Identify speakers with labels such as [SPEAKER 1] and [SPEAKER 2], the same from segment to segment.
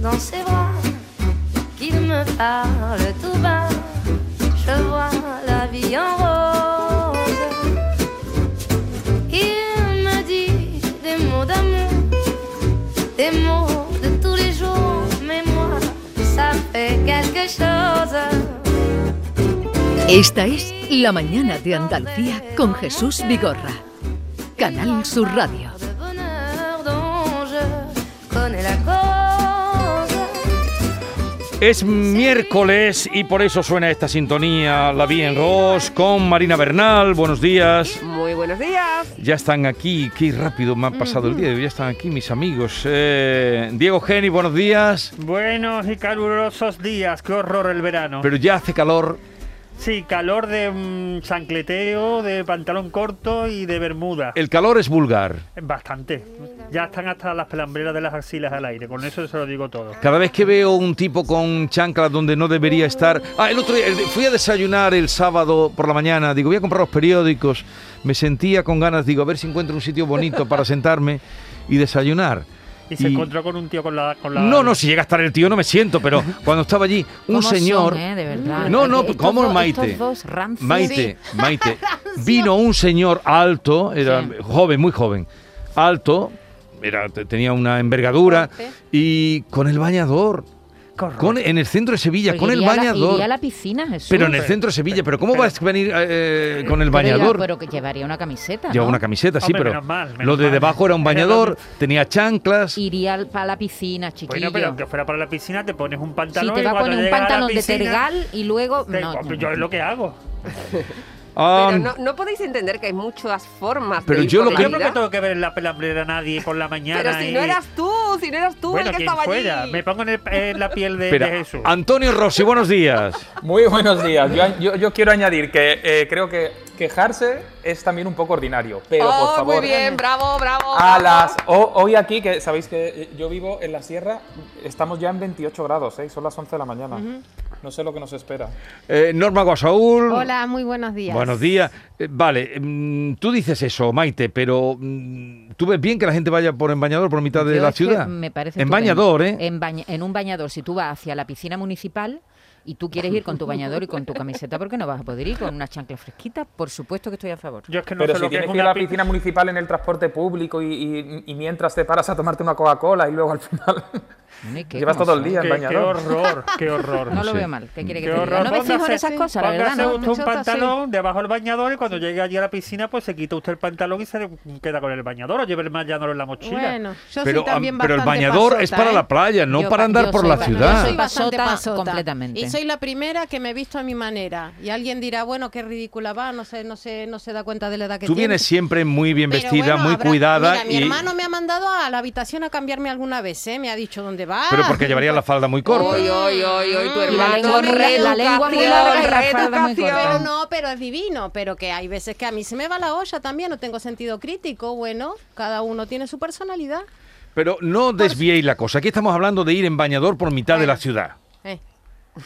[SPEAKER 1] dans ses bras qu'il me parle tout bas. Je vois la vie en rose. Il me dit des mots d'amour, des mots de tous les jours, mais moi, ça fait quelque chose.
[SPEAKER 2] Esta es La Mañana de Andalucía con Jesús Vigorra. Canal Sur Radio.
[SPEAKER 1] de bonheur dont je connais la cause.
[SPEAKER 3] Es miércoles y por eso suena esta sintonía, La Vía en Ross, con Marina Bernal. Buenos días.
[SPEAKER 4] Muy buenos días.
[SPEAKER 3] Ya están aquí, qué rápido me ha pasado el día, ya están aquí mis amigos. Eh, Diego Geni, buenos días.
[SPEAKER 5] Buenos y calurosos días, qué horror el verano.
[SPEAKER 3] Pero ya hace calor.
[SPEAKER 5] Sí, calor de mm, chancleteo, de pantalón corto y de bermuda.
[SPEAKER 3] El calor es vulgar.
[SPEAKER 5] Bastante. Ya están hasta las pelambreras de las axilas al aire, con eso se lo digo todo.
[SPEAKER 3] Cada vez que veo un tipo con chanclas donde no debería estar. Ah, el otro día el de- fui a desayunar el sábado por la mañana. Digo, voy a comprar los periódicos. Me sentía con ganas, digo, a ver si encuentro un sitio bonito para sentarme y desayunar.
[SPEAKER 5] Y se encontró con un tío con la... Con la
[SPEAKER 3] No, no, si llega a estar el tío no me siento, pero cuando estaba allí un
[SPEAKER 6] ¿Cómo son,
[SPEAKER 3] señor...
[SPEAKER 6] eh? De verdad.
[SPEAKER 3] No, no,
[SPEAKER 6] Porque estos
[SPEAKER 3] ¿cómo
[SPEAKER 6] dos-
[SPEAKER 3] Maite?
[SPEAKER 6] estos dos rancios.
[SPEAKER 3] Maite, Maite. Vino un señor alto, era
[SPEAKER 6] Sí.
[SPEAKER 3] joven, muy joven, alto, era, te- tenía una envergadura y con el bañador, con, en el centro de Sevilla,
[SPEAKER 6] Pues
[SPEAKER 3] con el
[SPEAKER 6] iría a la-
[SPEAKER 3] bañador.
[SPEAKER 6] Iría a la piscina, Jesús.
[SPEAKER 3] Pero en el centro de Sevilla, pero ¿cómo vas a venir eh, con el bañador?
[SPEAKER 6] Pero, que llevaría una camiseta,
[SPEAKER 3] Lleva
[SPEAKER 6] ¿no?
[SPEAKER 3] una camiseta, sí,
[SPEAKER 5] Hombre,
[SPEAKER 3] pero
[SPEAKER 5] menos mal, menos
[SPEAKER 3] lo de
[SPEAKER 5] mal.
[SPEAKER 3] debajo era un bañador, tenía chanclas.
[SPEAKER 6] Iría al- para la piscina, chiquillo.
[SPEAKER 5] Bueno, pero aunque fuera para la piscina te pones un
[SPEAKER 6] si
[SPEAKER 5] pantalón
[SPEAKER 6] te
[SPEAKER 5] y
[SPEAKER 6] va a
[SPEAKER 5] cuando
[SPEAKER 6] poner un
[SPEAKER 5] llegas a la
[SPEAKER 6] pantalón de
[SPEAKER 5] piscina,
[SPEAKER 6] tergal y luego...
[SPEAKER 5] te-
[SPEAKER 6] no, no,
[SPEAKER 5] Yo es lo que hago.
[SPEAKER 3] Ah,
[SPEAKER 7] Um,
[SPEAKER 4] Pero no, no podéis entender que hay muchas formas
[SPEAKER 3] Pero
[SPEAKER 4] de
[SPEAKER 3] yo lo
[SPEAKER 5] Pero yo no
[SPEAKER 4] infidelidad.
[SPEAKER 5] me tengo que ver en la pelambrera a nadie por la mañana.
[SPEAKER 4] Pero si
[SPEAKER 5] y-
[SPEAKER 4] no eras tú, si no eras tú
[SPEAKER 5] bueno,
[SPEAKER 4] el que
[SPEAKER 5] quien
[SPEAKER 4] estaba
[SPEAKER 5] fuera,
[SPEAKER 4] allí.
[SPEAKER 5] me pongo en, el- en la piel de,
[SPEAKER 3] espera,
[SPEAKER 5] de Jesús.
[SPEAKER 3] Antonio Rossi, buenos días.
[SPEAKER 7] Muy buenos días. Yo, yo- yo quiero añadir que eh, creo que quejarse es también un poco ordinario, pero
[SPEAKER 4] oh,
[SPEAKER 7] por favor.
[SPEAKER 4] muy bien, bravo, bravo.
[SPEAKER 7] A
[SPEAKER 4] bravo.
[SPEAKER 7] las ho- hoy aquí que sabéis que eh, yo vivo en la sierra, estamos ya en 28 grados, ¿eh? son las 11 de la mañana. No sé lo que nos espera.
[SPEAKER 3] Eh, Norma Guasaúl.
[SPEAKER 8] Hola, muy buenos días.
[SPEAKER 3] Buenos días. Eh, Vale, mm, tú dices eso, Maite, pero mm, ¿tú ves bien que la gente vaya por en bañador por mitad de
[SPEAKER 6] Yo
[SPEAKER 3] la
[SPEAKER 6] es que
[SPEAKER 3] ciudad?
[SPEAKER 6] Me parece
[SPEAKER 3] en
[SPEAKER 6] estupendo.
[SPEAKER 3] bañador, ¿eh?
[SPEAKER 6] En, baña- en un bañador, si tú vas hacia la piscina municipal y tú quieres ir con tu bañador y con tu camiseta, porque no vas a poder ir con una chancla fresquita? Por supuesto que estoy a favor.
[SPEAKER 5] Yo es que no
[SPEAKER 7] Pero
[SPEAKER 5] sé
[SPEAKER 7] si
[SPEAKER 5] lo que es
[SPEAKER 7] tienes que ir a
[SPEAKER 5] una
[SPEAKER 7] la
[SPEAKER 5] pi-
[SPEAKER 7] piscina municipal en el transporte público y, y- y mientras te paras a tomarte una Coca-Cola y luego al final
[SPEAKER 6] Bueno, ¿y qué?
[SPEAKER 7] llevas
[SPEAKER 6] ¿Cómo
[SPEAKER 7] todo el
[SPEAKER 6] son?
[SPEAKER 7] día
[SPEAKER 5] Qué,
[SPEAKER 7] en
[SPEAKER 5] qué
[SPEAKER 7] bañador.
[SPEAKER 5] horror, qué horror.
[SPEAKER 6] No lo
[SPEAKER 3] sé.
[SPEAKER 6] veo mal. ¿Qué quiere que
[SPEAKER 5] Qué
[SPEAKER 6] te diga?
[SPEAKER 5] horror.
[SPEAKER 6] No me fijo en
[SPEAKER 5] Póngase-
[SPEAKER 6] esas cosas, la verdad,
[SPEAKER 5] póngase
[SPEAKER 6] ¿no?
[SPEAKER 5] usted un
[SPEAKER 8] Muchachos,
[SPEAKER 5] pantalón debajo del bañador y cuando llegue allí a la piscina, pues se quita usted el pantalón y se le queda con el bañador o lleve el bañador en la mochila.
[SPEAKER 8] Bueno, yo
[SPEAKER 3] Pero,
[SPEAKER 8] soy también
[SPEAKER 3] am- pero el
[SPEAKER 8] bastante
[SPEAKER 3] bañador es
[SPEAKER 8] pasota,
[SPEAKER 3] para
[SPEAKER 8] ¿eh?
[SPEAKER 3] la playa, no
[SPEAKER 6] Yo
[SPEAKER 3] para
[SPEAKER 6] pa-
[SPEAKER 3] andar
[SPEAKER 6] yo
[SPEAKER 3] por
[SPEAKER 6] soy
[SPEAKER 3] la
[SPEAKER 6] pa-
[SPEAKER 8] Bueno,
[SPEAKER 3] ciudad.
[SPEAKER 8] Yo soy bastante
[SPEAKER 6] Pasota
[SPEAKER 8] pasota.
[SPEAKER 6] completamente.
[SPEAKER 8] Y soy la primera que me he visto a mi manera. Y alguien dirá, bueno, qué ridícula va, no sé, no sé, no se da cuenta de la edad que
[SPEAKER 3] Tú
[SPEAKER 8] tiene.
[SPEAKER 3] vienes siempre muy bien
[SPEAKER 8] Pero
[SPEAKER 3] vestida,
[SPEAKER 8] bueno,
[SPEAKER 3] muy
[SPEAKER 8] habrá-
[SPEAKER 3] cuidada.
[SPEAKER 8] Mira, mi
[SPEAKER 3] y-
[SPEAKER 8] hermano me ha mandado a la habitación a cambiarme alguna vez, ¿eh? Me ha dicho dónde vas.
[SPEAKER 3] Pero porque llevaría la falda muy corta.
[SPEAKER 4] Hoy, hoy, hoy, hoy, tu
[SPEAKER 8] Y la
[SPEAKER 4] hermano.
[SPEAKER 8] lengua muy-
[SPEAKER 4] reeducación,
[SPEAKER 8] la lengua muy larga y
[SPEAKER 6] la falda muy corta.
[SPEAKER 4] reeducación.
[SPEAKER 8] Pero no, pero es divino, pero que hay veces que a mí se me va la olla también, no tengo sentido crítico, bueno, cada uno tiene su personalidad.
[SPEAKER 3] Pero no desviéis la cosa. Aquí estamos hablando de ir en bañador por mitad de la ciudad.
[SPEAKER 8] Eh.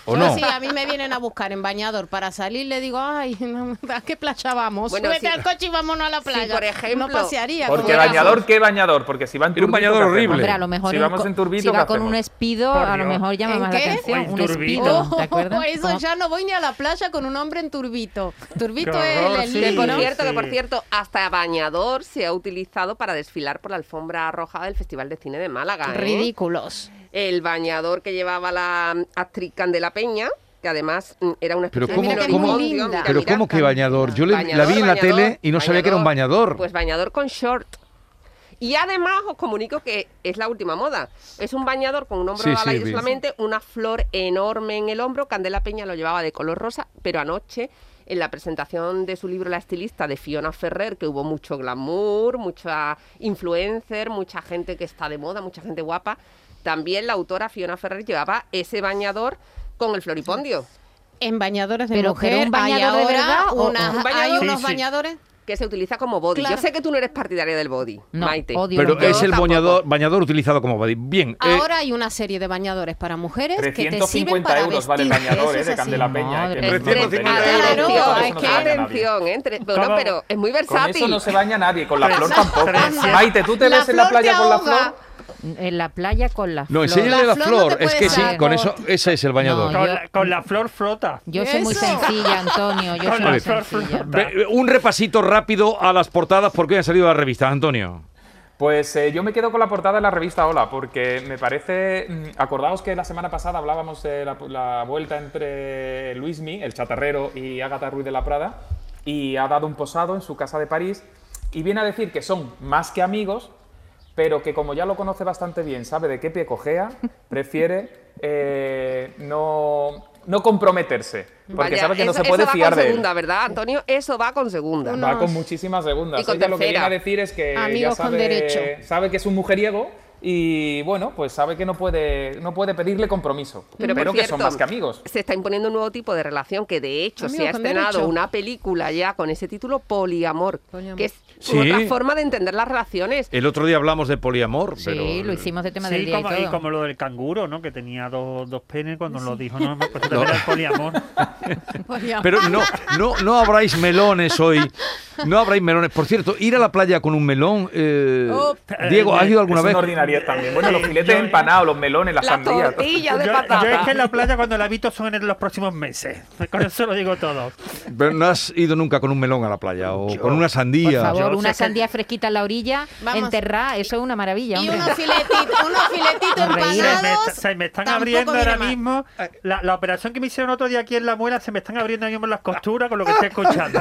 [SPEAKER 3] ¿O
[SPEAKER 8] Yo
[SPEAKER 3] no?
[SPEAKER 8] sí, a mí me vienen a buscar en bañador para salir, le digo, ay, no, ¿a qué playa vamos?
[SPEAKER 4] Bueno,
[SPEAKER 8] Súbete
[SPEAKER 4] sí.
[SPEAKER 8] al coche y vámonos a la playa.
[SPEAKER 4] por ejemplo.
[SPEAKER 8] No pasearía.
[SPEAKER 7] Porque
[SPEAKER 8] como
[SPEAKER 7] bañador,
[SPEAKER 8] éramos.
[SPEAKER 7] ¿qué bañador? Porque si va en
[SPEAKER 3] Era un
[SPEAKER 7] turbito,
[SPEAKER 3] bañador
[SPEAKER 7] ¿qué hacemos?
[SPEAKER 3] horrible.
[SPEAKER 6] Hombre, a lo mejor
[SPEAKER 7] Si
[SPEAKER 6] un
[SPEAKER 7] vamos
[SPEAKER 6] co-
[SPEAKER 7] en turbito,
[SPEAKER 6] si va
[SPEAKER 7] ¿qué
[SPEAKER 6] con un
[SPEAKER 7] hacemos?
[SPEAKER 6] espido,
[SPEAKER 5] Por
[SPEAKER 6] a lo
[SPEAKER 5] Dios.
[SPEAKER 6] mejor llama
[SPEAKER 8] ¿En
[SPEAKER 6] más
[SPEAKER 8] qué?
[SPEAKER 6] la
[SPEAKER 5] O en
[SPEAKER 6] atención. Un
[SPEAKER 5] turbito.
[SPEAKER 6] espido, ¿te acuerdas?
[SPEAKER 8] Oh, eso
[SPEAKER 6] Como-
[SPEAKER 8] ya no voy ni a la playa con un hombre en turbito. Turbito
[SPEAKER 5] Qué horror,
[SPEAKER 8] es
[SPEAKER 5] sí.
[SPEAKER 8] el,
[SPEAKER 4] Que
[SPEAKER 8] el
[SPEAKER 4] por
[SPEAKER 5] ¿no?
[SPEAKER 4] cierto, que por
[SPEAKER 5] Sí.
[SPEAKER 4] cierto, hasta bañador se ha utilizado para desfilar por la alfombra roja del Festival de Cine de Málaga. ¿eh?
[SPEAKER 8] Ridículos.
[SPEAKER 4] El bañador que llevaba la actriz Candela Peña, que además mm, era una
[SPEAKER 3] Pero
[SPEAKER 4] especie
[SPEAKER 3] ¿cómo-
[SPEAKER 4] de
[SPEAKER 3] Mira que cómo-
[SPEAKER 4] floricón, digamos,
[SPEAKER 8] linda.
[SPEAKER 3] Pero
[SPEAKER 4] mira,
[SPEAKER 3] ¿cómo que
[SPEAKER 4] mira.
[SPEAKER 3] bañador? Yo le- la vi en la
[SPEAKER 4] Bañador,
[SPEAKER 3] tele y no sabía que era un bañador.
[SPEAKER 4] Pues bañador con short. Y además os comunico que es la última moda. Es un bañador con un hombro
[SPEAKER 3] Sí,
[SPEAKER 4] al
[SPEAKER 3] sí,
[SPEAKER 4] aire
[SPEAKER 3] vi.
[SPEAKER 4] solamente, una flor enorme en el hombro. Candela Peña lo llevaba de color rosa, pero anoche en la presentación de su libro La estilista de Fiona Ferrer, que hubo mucho glamour, mucha influencer, mucha gente que está de moda, mucha gente guapa, también la autora Fiona Ferrer llevaba ese bañador con el floripondio,
[SPEAKER 8] En bañadores de
[SPEAKER 6] Pero que
[SPEAKER 8] mujer
[SPEAKER 6] era un bañador de
[SPEAKER 8] hay ahora
[SPEAKER 6] verdad o-
[SPEAKER 8] unas-
[SPEAKER 6] o-
[SPEAKER 4] ¿Un bañador?
[SPEAKER 8] hay unos
[SPEAKER 5] Sí, sí.
[SPEAKER 8] bañadores.
[SPEAKER 7] Eh,
[SPEAKER 4] que se utiliza como body.
[SPEAKER 8] Claro.
[SPEAKER 4] Yo sé que tú no eres partidaria del body,
[SPEAKER 6] No,
[SPEAKER 4] Maite.
[SPEAKER 6] odio
[SPEAKER 3] Pero
[SPEAKER 6] Yo
[SPEAKER 3] es el
[SPEAKER 4] tampoco.
[SPEAKER 3] bañador, bañador utilizado como body. Bien. eh,
[SPEAKER 8] Ahora hay una serie de bañadores para mujeres que te sirven
[SPEAKER 7] 350
[SPEAKER 8] para
[SPEAKER 7] euros vale el
[SPEAKER 8] vestirte,
[SPEAKER 7] bañador,
[SPEAKER 8] eso
[SPEAKER 7] ¿eh?
[SPEAKER 8] es
[SPEAKER 7] De
[SPEAKER 8] así.
[SPEAKER 7] Candela Peña.
[SPEAKER 6] Madre
[SPEAKER 7] que
[SPEAKER 6] mía.
[SPEAKER 7] no es
[SPEAKER 4] Tres-
[SPEAKER 7] tontería.
[SPEAKER 8] Claro,
[SPEAKER 7] Con eso no
[SPEAKER 4] atención,
[SPEAKER 7] se
[SPEAKER 4] es que
[SPEAKER 7] baña nadie.
[SPEAKER 4] atención, ¿eh? entre, bueno,
[SPEAKER 5] ¿Cómo?
[SPEAKER 4] pero es muy
[SPEAKER 7] Con
[SPEAKER 4] versátil.
[SPEAKER 7] eso no se baña nadie, con la flor tampoco.
[SPEAKER 5] Tres-
[SPEAKER 7] Maite, tú te
[SPEAKER 8] La
[SPEAKER 7] ves en la
[SPEAKER 8] flor te
[SPEAKER 7] playa con la
[SPEAKER 8] ahoga.
[SPEAKER 7] flor
[SPEAKER 6] En la playa con la
[SPEAKER 3] No,
[SPEAKER 6] flor.
[SPEAKER 3] enséñale la
[SPEAKER 8] La flor
[SPEAKER 3] flor.
[SPEAKER 8] no te
[SPEAKER 3] es
[SPEAKER 8] puede
[SPEAKER 3] que sí,
[SPEAKER 6] salir.
[SPEAKER 3] con eso, ese es el bañador.
[SPEAKER 6] No,
[SPEAKER 5] Con,
[SPEAKER 6] yo-
[SPEAKER 5] la, con la flor frota.
[SPEAKER 6] Yo soy muy
[SPEAKER 8] Eso.
[SPEAKER 6] sencilla, Antonio. Yo soy
[SPEAKER 5] Con la
[SPEAKER 6] muy
[SPEAKER 5] flor
[SPEAKER 6] sencilla.
[SPEAKER 5] frota.
[SPEAKER 3] Ve- Un repasito rápido a las portadas porque hoy han salido las revistas, Antonio.
[SPEAKER 7] Pues eh, yo me quedo con la portada de la revista Hola, porque me parece. mm, Acordaos que la semana pasada hablábamos de la, la vuelta entre Luismi, el chatarrero, y Ágata Ruiz de la Prada, y ha dado un posado en su casa de París, y viene a decir que son más que amigos, pero que como ya lo conoce bastante bien, sabe de qué pie cojea, prefiere eh, no, no comprometerse, porque
[SPEAKER 4] Vaya,
[SPEAKER 7] sabe que no
[SPEAKER 4] eso-
[SPEAKER 7] se puede
[SPEAKER 4] eso va
[SPEAKER 7] fiar
[SPEAKER 4] con
[SPEAKER 7] de él.
[SPEAKER 4] segunda, ¿verdad, Antonio? Eso va con segunda.
[SPEAKER 7] Va con muchísimas segundas.
[SPEAKER 4] Y con
[SPEAKER 7] Ella lo que
[SPEAKER 4] tercera.
[SPEAKER 7] viene a decir es que
[SPEAKER 8] Amigos
[SPEAKER 7] ya
[SPEAKER 8] con
[SPEAKER 7] sabe,
[SPEAKER 8] derecho.
[SPEAKER 7] sabe que es un mujeriego y bueno, pues sabe que no puede, no puede pedirle compromiso. Pero,
[SPEAKER 4] por
[SPEAKER 7] que son
[SPEAKER 4] cierto,
[SPEAKER 7] más que amigos.
[SPEAKER 4] Se está imponiendo un nuevo tipo de relación que de hecho
[SPEAKER 8] Amigo,
[SPEAKER 4] se ha
[SPEAKER 8] con
[SPEAKER 4] estrenado
[SPEAKER 8] derecho.
[SPEAKER 4] una película ya con ese título poliamor,
[SPEAKER 8] Poliamor.
[SPEAKER 4] que es
[SPEAKER 3] Sí.
[SPEAKER 4] otra forma de entender las relaciones.
[SPEAKER 3] El otro día hablamos de poliamor,
[SPEAKER 6] Sí,
[SPEAKER 3] pero
[SPEAKER 6] lo hicimos de tema del
[SPEAKER 5] Sí,
[SPEAKER 6] día
[SPEAKER 5] como,
[SPEAKER 6] y
[SPEAKER 5] y
[SPEAKER 6] todo.
[SPEAKER 5] como lo del canguro, ¿no? Que tenía dos, dos penes cuando lo dijo, no, me pues era el poliamor.
[SPEAKER 3] Pero no, no, no abráis melones hoy. No abráis melones. Por cierto, ir a la playa con un melón. eh,
[SPEAKER 8] Oh.
[SPEAKER 3] Diego, ¿has ido alguna
[SPEAKER 7] Es
[SPEAKER 3] vez?
[SPEAKER 7] una ordinariedad también. Bueno, los
[SPEAKER 5] Sí,
[SPEAKER 7] filetes
[SPEAKER 5] yo-
[SPEAKER 7] empanados, los melones, la,
[SPEAKER 4] la
[SPEAKER 7] sandía. todo.
[SPEAKER 4] tortilla de
[SPEAKER 5] Yo,
[SPEAKER 4] patata.
[SPEAKER 5] yo es que en la playa cuando la visto son en los próximos meses. Con eso lo digo todo.
[SPEAKER 3] Pero no has ido nunca con un melón a la playa o con una
[SPEAKER 6] Por
[SPEAKER 3] sandía.
[SPEAKER 6] favor,
[SPEAKER 5] Yo
[SPEAKER 6] una
[SPEAKER 5] sé que-
[SPEAKER 6] sandía fresquita en la orilla,
[SPEAKER 8] Vamos.
[SPEAKER 6] enterrá, eso es una maravilla,
[SPEAKER 8] Y
[SPEAKER 6] hombre.
[SPEAKER 8] unos filetitos, unos filetitos
[SPEAKER 6] Se me-
[SPEAKER 5] Se me,
[SPEAKER 8] empanados.
[SPEAKER 5] se me están
[SPEAKER 8] tampoco
[SPEAKER 5] abriendo
[SPEAKER 8] viene
[SPEAKER 5] ahora
[SPEAKER 8] mal.
[SPEAKER 5] mismo. La, la operación que me hicieron otro día aquí en la muela, se me están abriendo ahora mismo las costuras con lo que estoy escuchando.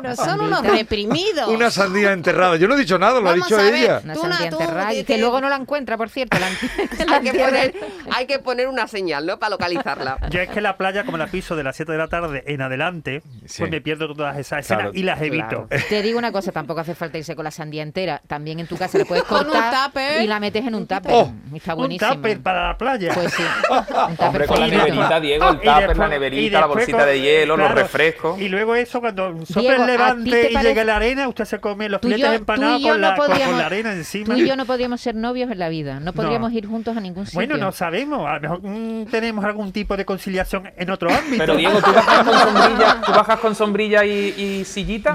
[SPEAKER 8] Pero son unos reprimidos.
[SPEAKER 3] Una sandía enterrada. Yo no he dicho nada, lo ha
[SPEAKER 8] Vamos
[SPEAKER 3] dicho
[SPEAKER 8] a ver.
[SPEAKER 3] ella.
[SPEAKER 6] Una
[SPEAKER 8] Tú una-
[SPEAKER 6] sandía
[SPEAKER 8] tú
[SPEAKER 6] enterrá y
[SPEAKER 8] dices-
[SPEAKER 6] que luego no la encuentra, por cierto. La, la
[SPEAKER 4] hay, que
[SPEAKER 6] entierra.
[SPEAKER 4] poner, hay que poner una señal, ¿no? Para localizarla.
[SPEAKER 5] Yo es que la playa, como la piso de las 7 de la tarde en adelante,
[SPEAKER 3] Sí.
[SPEAKER 5] pues me pierdo todas esas escenas
[SPEAKER 3] Claro,
[SPEAKER 5] y las evito.
[SPEAKER 6] Te digo una cosa, tampoco hace falta irse con la sandía entera. También en tu casa la puedes
[SPEAKER 8] Con un
[SPEAKER 6] cortar
[SPEAKER 8] tupper.
[SPEAKER 6] y la metes en un tupper.
[SPEAKER 3] Oh,
[SPEAKER 6] Y está
[SPEAKER 5] Un
[SPEAKER 6] buenísima.
[SPEAKER 5] tupper para la playa. Ah,
[SPEAKER 6] Pues sí, un
[SPEAKER 7] Hombre,
[SPEAKER 6] tupper
[SPEAKER 7] con la
[SPEAKER 6] finito.
[SPEAKER 7] neverita, Diego, el
[SPEAKER 5] Y
[SPEAKER 7] tupper, la
[SPEAKER 5] después- y
[SPEAKER 7] neverita, la
[SPEAKER 5] después
[SPEAKER 7] bolsita
[SPEAKER 5] con-
[SPEAKER 7] de hielo, los
[SPEAKER 5] claro,
[SPEAKER 7] refrescos.
[SPEAKER 5] Y luego eso, cuando sopla
[SPEAKER 6] Diego, ¿a
[SPEAKER 5] el
[SPEAKER 6] ti
[SPEAKER 5] levante
[SPEAKER 6] te
[SPEAKER 5] y
[SPEAKER 6] parece-
[SPEAKER 5] llegue la arena, usted se come los
[SPEAKER 6] Tú y,
[SPEAKER 5] filetes
[SPEAKER 6] yo, tú
[SPEAKER 5] empanados
[SPEAKER 6] y yo
[SPEAKER 5] con,
[SPEAKER 6] no
[SPEAKER 5] la, con- con
[SPEAKER 6] podríamos,
[SPEAKER 5] la arena encima.
[SPEAKER 6] tú y yo no podríamos ser novios en la vida. No podríamos ir juntos a ningún sitio.
[SPEAKER 5] Bueno, no sabemos. A lo mejor mm, tenemos algún tipo de conciliación en otro ámbito.
[SPEAKER 7] Pero Diego, ¿tú bajas con sombrilla, tú bajas con sombrilla y, y sillita?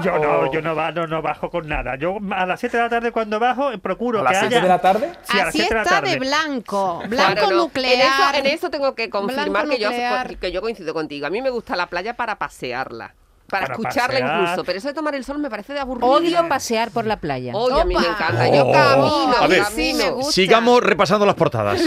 [SPEAKER 5] Yo
[SPEAKER 7] o-
[SPEAKER 5] no, yo no, ba- no, no bajo con nada. Yo a las 7 de la tarde cuando bajo eh, procuro
[SPEAKER 7] ¿A las
[SPEAKER 5] que
[SPEAKER 7] 7
[SPEAKER 5] haya...
[SPEAKER 7] de la tarde?
[SPEAKER 5] Sí, a las
[SPEAKER 8] Así
[SPEAKER 5] 7 de la
[SPEAKER 8] está de
[SPEAKER 5] tarde.
[SPEAKER 8] blanco,
[SPEAKER 4] Claro,
[SPEAKER 8] blanco
[SPEAKER 4] no.
[SPEAKER 8] nuclear.
[SPEAKER 4] En eso, en eso tengo que confirmar
[SPEAKER 8] Blanco
[SPEAKER 4] que yo,
[SPEAKER 8] nuclear.
[SPEAKER 4] que yo coincido contigo. A mí me gusta la playa para pasearla, para,
[SPEAKER 5] Para
[SPEAKER 4] escucharla
[SPEAKER 5] pasear.
[SPEAKER 4] incluso. Pero eso de tomar el sol me parece de aburrido.
[SPEAKER 6] Odio pasear por la playa.
[SPEAKER 4] Odio, a mí me
[SPEAKER 8] Opa.
[SPEAKER 4] encanta. Yo
[SPEAKER 3] Oh.
[SPEAKER 4] camino,
[SPEAKER 3] A ver,
[SPEAKER 8] sí,
[SPEAKER 4] camino.
[SPEAKER 8] me gusta.
[SPEAKER 3] Sigamos repasando las portadas.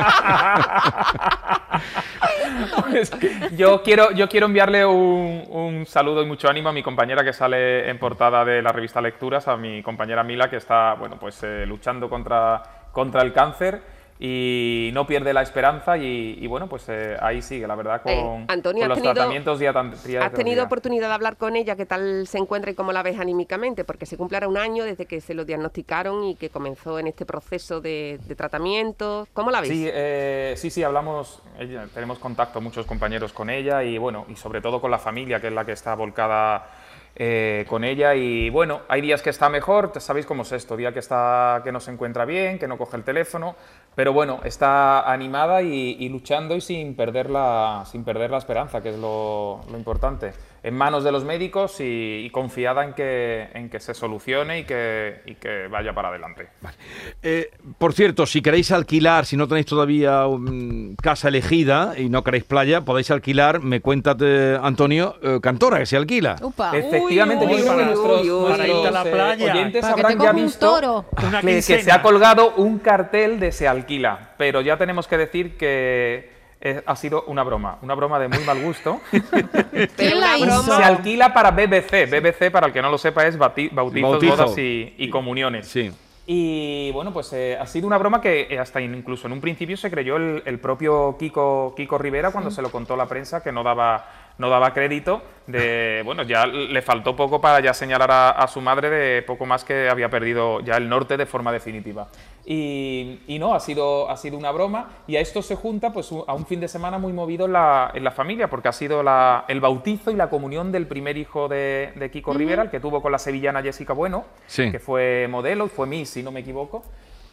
[SPEAKER 7] Pues, yo quiero, yo quiero enviarle un, un saludo y mucho ánimo a mi compañera que sale en portada de la revista Lecturas, a mi compañera Mila, que está bueno, pues, eh, luchando contra, contra el cáncer y no pierde la esperanza y, y, bueno, pues eh, ahí sigue, la verdad, con,
[SPEAKER 4] Eh, Antonio,
[SPEAKER 7] con
[SPEAKER 4] ¿has
[SPEAKER 7] los
[SPEAKER 4] tenido-
[SPEAKER 7] tratamientos día tan- día
[SPEAKER 4] ¿Has
[SPEAKER 7] tras
[SPEAKER 4] tenido
[SPEAKER 7] día.
[SPEAKER 4] oportunidad de hablar con ella? ¿Qué tal se encuentra y cómo la ves anímicamente? Porque se cumple ahora un año desde que se lo diagnosticaron y que comenzó en este proceso de, de tratamiento. ¿Cómo la ves?
[SPEAKER 7] Sí, eh, sí, sí, hablamos, ella- tenemos contacto muchos compañeros con ella y bueno, y sobre todo con la familia, que es la que está volcada eh, con ella. Y bueno, hay días que está mejor, sabéis cómo es esto, día que está que no se encuentra bien, que no coge el teléfono, pero bueno, está animada y, y luchando y sin perder la, sin perder la esperanza, que es lo, lo importante. En manos de los médicos y, y confiada en que, en que se solucione y que, y que vaya para adelante.
[SPEAKER 3] Eh, por cierto, si queréis alquilar, si no tenéis todavía mm, casa elegida y no queréis playa, podéis alquilar, me cuenta eh, Antonio, eh, Cantora, que se alquila.
[SPEAKER 8] Upa.
[SPEAKER 7] Efectivamente,
[SPEAKER 5] Uy,
[SPEAKER 7] yo creo
[SPEAKER 5] uy,
[SPEAKER 7] que nuestros,
[SPEAKER 4] uy, uy.
[SPEAKER 7] nuestros,
[SPEAKER 5] Para irte a la
[SPEAKER 7] eh,
[SPEAKER 5] playa.
[SPEAKER 7] oyentes
[SPEAKER 8] Para que te
[SPEAKER 7] habrán ya
[SPEAKER 8] coja un
[SPEAKER 7] visto
[SPEAKER 8] toro.
[SPEAKER 5] Una
[SPEAKER 7] que- que, se
[SPEAKER 5] quincena.
[SPEAKER 7] ha colgado un cartel de se alquila, pero ya tenemos que decir que eh, ha sido una broma, una broma de muy mal gusto.
[SPEAKER 4] Pero
[SPEAKER 8] ¿Quién
[SPEAKER 4] una
[SPEAKER 8] la hizo?
[SPEAKER 4] broma-
[SPEAKER 7] se alquila para BBC, BBC para el que no lo sepa es bati- bautizos,
[SPEAKER 3] Bautizo.
[SPEAKER 7] bodas y, y comuniones.
[SPEAKER 3] Sí.
[SPEAKER 7] Y bueno, pues eh, ha sido una broma que eh, hasta in- incluso en un principio se creyó el, el propio Kiko, Kiko Rivera cuando se lo contó la prensa que no daba, no daba crédito. De, bueno, ya le faltó poco para ya señalar a, a su madre de poco más que había perdido ya el norte de forma definitiva. Y, y no, ha sido, ha sido una broma y a esto se junta pues u- a un fin de semana muy movido en la, en la familia porque ha sido la- el bautizo y la comunión del primer hijo de, de Kiko Rivera, el que tuvo con la sevillana Jessica Bueno,
[SPEAKER 3] Sí.
[SPEAKER 7] que fue modelo y fue Miss, si no me equivoco.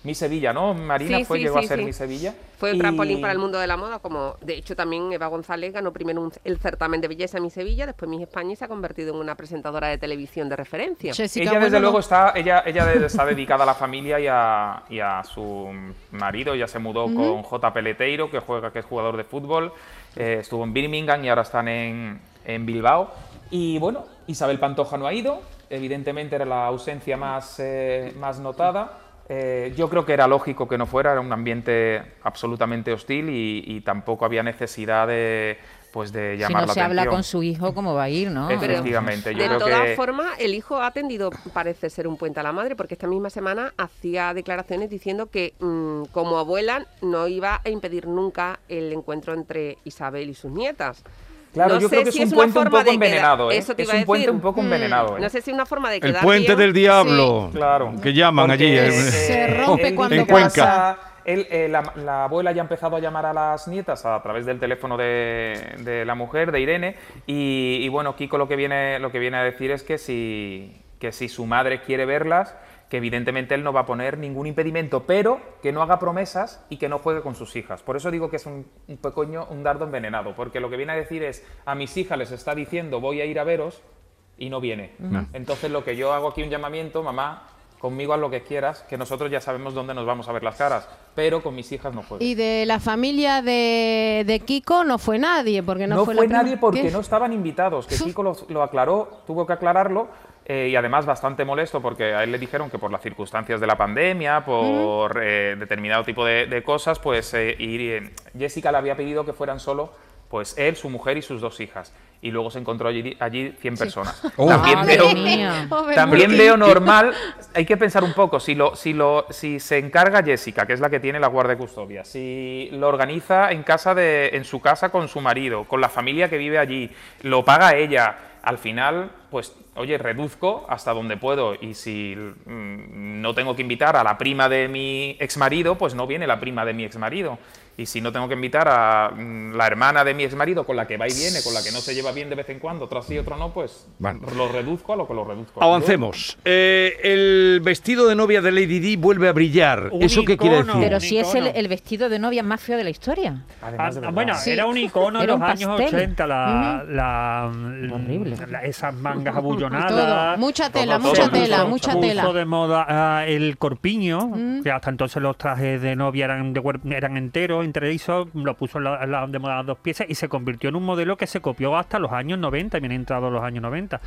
[SPEAKER 7] Mi Sevilla, ¿no? Marina
[SPEAKER 4] Sí,
[SPEAKER 7] fue,
[SPEAKER 4] sí,
[SPEAKER 7] llegó
[SPEAKER 4] sí,
[SPEAKER 7] a ser
[SPEAKER 4] sí.
[SPEAKER 7] Mi Sevilla.
[SPEAKER 4] Fue un
[SPEAKER 7] Y-
[SPEAKER 4] trampolín para el mundo de la moda, como de hecho también Eva González ganó primero un- el certamen de belleza Miss Sevilla, después Miss España y se ha convertido en una presentadora de televisión de referencia.
[SPEAKER 8] Jessica,
[SPEAKER 7] Ella, desde
[SPEAKER 8] bueno,
[SPEAKER 7] luego,
[SPEAKER 8] no-
[SPEAKER 7] está, ella, ella de- está dedicada a la familia y a, y a su marido. Ya se mudó con J. Peleteiro, que, juega, que es jugador de fútbol. Eh, estuvo en Birmingham y ahora están en, en Bilbao. Y bueno, Isabel Pantoja no ha ido. Evidentemente era la ausencia más, eh, más notada. Eh, yo creo que era lógico que no fuera, era un ambiente absolutamente hostil y, y tampoco había necesidad de, pues de
[SPEAKER 6] Si
[SPEAKER 7] llamar
[SPEAKER 6] no
[SPEAKER 7] la
[SPEAKER 6] se
[SPEAKER 7] atención.
[SPEAKER 6] habla con su hijo, ¿cómo va a ir, no?
[SPEAKER 4] Pero-
[SPEAKER 7] Efectivamente, yo
[SPEAKER 4] de
[SPEAKER 7] creo
[SPEAKER 4] todas
[SPEAKER 7] que...
[SPEAKER 4] formas, el hijo ha tendido, parece ser un puente a la madre, porque esta misma semana hacía declaraciones diciendo que mm, como abuela no iba a impedir nunca el encuentro entre Isabel y sus nietas.
[SPEAKER 7] Claro,
[SPEAKER 4] No
[SPEAKER 7] yo
[SPEAKER 4] sé
[SPEAKER 7] creo que
[SPEAKER 4] si
[SPEAKER 7] es un
[SPEAKER 4] una
[SPEAKER 7] puente un
[SPEAKER 4] forma
[SPEAKER 7] poco
[SPEAKER 4] de quedar-
[SPEAKER 7] envenenado, ¿eh?
[SPEAKER 4] Eso te
[SPEAKER 7] Es
[SPEAKER 4] iba a
[SPEAKER 7] un puente
[SPEAKER 4] decir.
[SPEAKER 7] un poco envenenado, ¿eh?
[SPEAKER 4] Mm, No sé si una forma de
[SPEAKER 3] El
[SPEAKER 4] quedar
[SPEAKER 3] puente
[SPEAKER 4] bien-
[SPEAKER 3] del diablo.
[SPEAKER 7] Claro.
[SPEAKER 3] Que llaman allí.
[SPEAKER 7] Porque,
[SPEAKER 3] eh,
[SPEAKER 8] Se
[SPEAKER 7] eh,
[SPEAKER 8] rompe
[SPEAKER 7] en-
[SPEAKER 8] cuando
[SPEAKER 7] en
[SPEAKER 3] pasa.
[SPEAKER 7] Cuenca, él, eh, la, la abuela ya ha empezado a llamar a las nietas a través del teléfono de, de la mujer, de Irene, y, y bueno, Kiko lo que viene, lo que viene a decir es que si, que si su madre quiere verlas, que evidentemente él no va a poner ningún impedimento, pero que no haga promesas y que no juegue con sus hijas. Por eso digo que es un, un pequeño, un dardo envenenado, porque lo que viene a decir es, a mis hijas les está diciendo voy a ir a veros y no viene. Entonces lo que yo hago aquí un llamamiento, mamá, conmigo haz lo que quieras, que nosotros ya sabemos dónde nos vamos a ver las caras, pero con mis hijas no juego.
[SPEAKER 8] Y de la familia de, de Kiko no fue nadie, porque no,
[SPEAKER 7] no fue,
[SPEAKER 8] fue, la prima-
[SPEAKER 7] nadie porque
[SPEAKER 8] ¿Qué?
[SPEAKER 7] no estaban invitados, que Kiko lo, lo aclaró, tuvo que aclararlo. eh, y además bastante molesto porque a él le dijeron que por las circunstancias de la pandemia, por eh, determinado tipo de, de cosas, pues eh, ir, eh, Jessica le había pedido que fueran solo pues él, su mujer y sus dos hijas. Y luego se encontró allí, allí 100 personas.
[SPEAKER 3] Oh.
[SPEAKER 7] También
[SPEAKER 6] Madre
[SPEAKER 7] veo-
[SPEAKER 6] mía.
[SPEAKER 8] Pobre
[SPEAKER 7] También
[SPEAKER 8] Kiko.
[SPEAKER 7] veo normal, hay que pensar un poco, si, lo, si, lo, si se encarga Jessica, que es la que tiene la guardia de custodia, si lo organiza en, casa de, en su casa con su marido, con la familia que vive allí, lo paga ella, al final, pues, oye, reduzco hasta donde puedo y si mm, no tengo que invitar a la prima de mi exmarido, pues no viene la prima de mi exmarido. Y si no tengo que invitar a mm, la hermana de mi exmarido, con la que va y viene, con la que no se lleva bien de vez en cuando, otra sí, otra no, pues
[SPEAKER 3] Bueno.
[SPEAKER 7] lo reduzco a lo que lo reduzco.
[SPEAKER 3] Avancemos. Eh, el vestido de novia de Lady Di vuelve a brillar.
[SPEAKER 5] Un
[SPEAKER 3] ¿Eso qué quiere
[SPEAKER 5] icono.
[SPEAKER 3] decir?
[SPEAKER 6] Pero si es el,
[SPEAKER 5] icono.
[SPEAKER 6] el vestido de novia más feo de la historia.
[SPEAKER 7] Además, de
[SPEAKER 5] Ah,
[SPEAKER 7] verdad.
[SPEAKER 5] bueno,
[SPEAKER 6] Sí.
[SPEAKER 5] era un icono de
[SPEAKER 6] Era
[SPEAKER 5] los
[SPEAKER 6] un
[SPEAKER 5] años
[SPEAKER 6] pastel.
[SPEAKER 5] 80, la, la,
[SPEAKER 6] Horrible.
[SPEAKER 5] la- esas mangas
[SPEAKER 8] Todo,
[SPEAKER 5] abullonadas.
[SPEAKER 8] mucha
[SPEAKER 7] Todo,
[SPEAKER 8] tela,
[SPEAKER 7] todo,
[SPEAKER 8] mucha
[SPEAKER 7] todo,
[SPEAKER 8] tela,
[SPEAKER 7] todo,
[SPEAKER 8] mucha
[SPEAKER 5] puso
[SPEAKER 8] tela. Mm.
[SPEAKER 5] de moda ah, el corpiño, que hasta entonces los trajes de novia eran, de cuer- eran enteros, enterizos, lo puso la, la- de moda a dos piezas y se convirtió en un modelo que se copió hasta los años 90, bien entrado los años 90.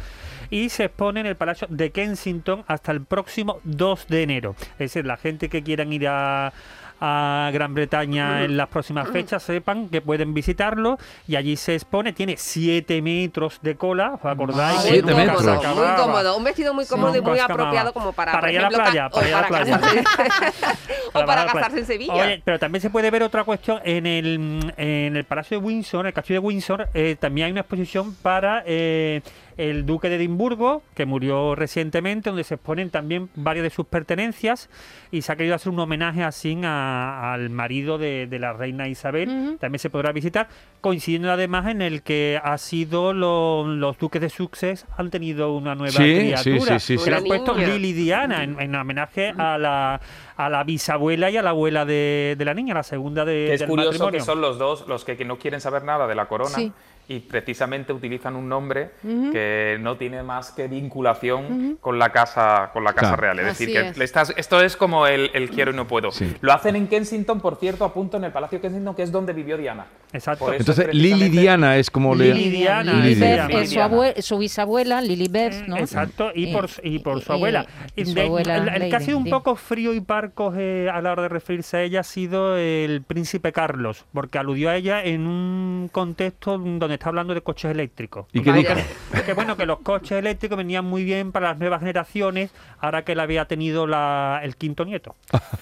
[SPEAKER 5] Y se expone en el Palacio de Kensington hasta el próximo 2 de enero. Es decir, la gente que quieran ir a a Gran
[SPEAKER 3] Mm.
[SPEAKER 5] Bretaña en las próximas fechas sepan que pueden visitarlo y allí se expone, tiene 7 metros de cola, ¿os acordáis?
[SPEAKER 3] Madre Ah, Siete
[SPEAKER 4] muy
[SPEAKER 3] metros.
[SPEAKER 4] cómodo, muy
[SPEAKER 5] Acababa.
[SPEAKER 4] cómodo, un vestido muy cómodo y muy
[SPEAKER 5] Nunca
[SPEAKER 4] apropiado
[SPEAKER 5] acababa.
[SPEAKER 4] como para
[SPEAKER 5] Para
[SPEAKER 4] por
[SPEAKER 5] ir a la
[SPEAKER 4] ejemplo,
[SPEAKER 5] playa,
[SPEAKER 4] ca-
[SPEAKER 5] para ir a la
[SPEAKER 4] o para
[SPEAKER 5] playa.
[SPEAKER 4] casarse- o para
[SPEAKER 5] la playa.
[SPEAKER 4] casarse en Sevilla.
[SPEAKER 5] Oye, pero también se puede ver otra cuestión en el, mm, en el Palacio de Windsor, en el Castillo de Windsor, eh, también hay una exposición para eh, el Duque de Edimburgo, que murió recientemente, donde se exponen también varias de sus pertenencias y se ha querido hacer un homenaje así a- al marido de, de la reina Isabel. También se podrá visitar, coincidiendo además en el que ha sido lo- los duques de Sussex han tenido una nueva
[SPEAKER 3] Sí,
[SPEAKER 5] criatura.
[SPEAKER 3] sí, sí, sí,
[SPEAKER 5] que
[SPEAKER 3] sí.
[SPEAKER 5] le han puesto
[SPEAKER 4] Niña.
[SPEAKER 5] Lily Diana en, en homenaje a la, a la bisabuela y a la abuela de, de la niña, la segunda de,
[SPEAKER 7] Que es
[SPEAKER 5] del
[SPEAKER 7] curioso
[SPEAKER 5] matrimonio.
[SPEAKER 7] que son los dos los que, que no quieren saber nada de la corona
[SPEAKER 8] Sí.
[SPEAKER 7] y precisamente utilizan un nombre que no tiene más que vinculación con la casa con la casa
[SPEAKER 3] Claro.
[SPEAKER 7] real. Es decir,
[SPEAKER 8] Así
[SPEAKER 7] que
[SPEAKER 8] es.
[SPEAKER 7] le estás- esto es como el, el quiero y no puedo.
[SPEAKER 3] Sí.
[SPEAKER 7] Lo hacen en Kensington, por cierto, a punto en el Palacio Kensington, que es donde vivió Diana.
[SPEAKER 5] Exacto.
[SPEAKER 7] Por eso
[SPEAKER 3] Entonces,
[SPEAKER 7] precisamente-
[SPEAKER 3] Lily Diana es como le.
[SPEAKER 5] Lily Diana,
[SPEAKER 3] Lily
[SPEAKER 6] Lilibet,
[SPEAKER 3] Diana.
[SPEAKER 6] que es su, abue- su bisabuela, Lilibet, Pues, ¿no?
[SPEAKER 5] Exacto, y por, su- y por su abuela.
[SPEAKER 6] y su
[SPEAKER 5] De-
[SPEAKER 6] abuela
[SPEAKER 5] el- el que ha
[SPEAKER 6] Lady,
[SPEAKER 5] sido un
[SPEAKER 6] sí.
[SPEAKER 5] poco frío y parco eh, a la hora de referirse a ella ha sido el príncipe Carlos, porque aludió a ella en un contexto donde está hablando de coches eléctricos.
[SPEAKER 3] ¿Y qué
[SPEAKER 4] Vaya.
[SPEAKER 3] dijo?
[SPEAKER 5] que bueno, que los coches eléctricos venían muy bien para las nuevas generaciones, ahora que la había tenido la- el quinto nieto.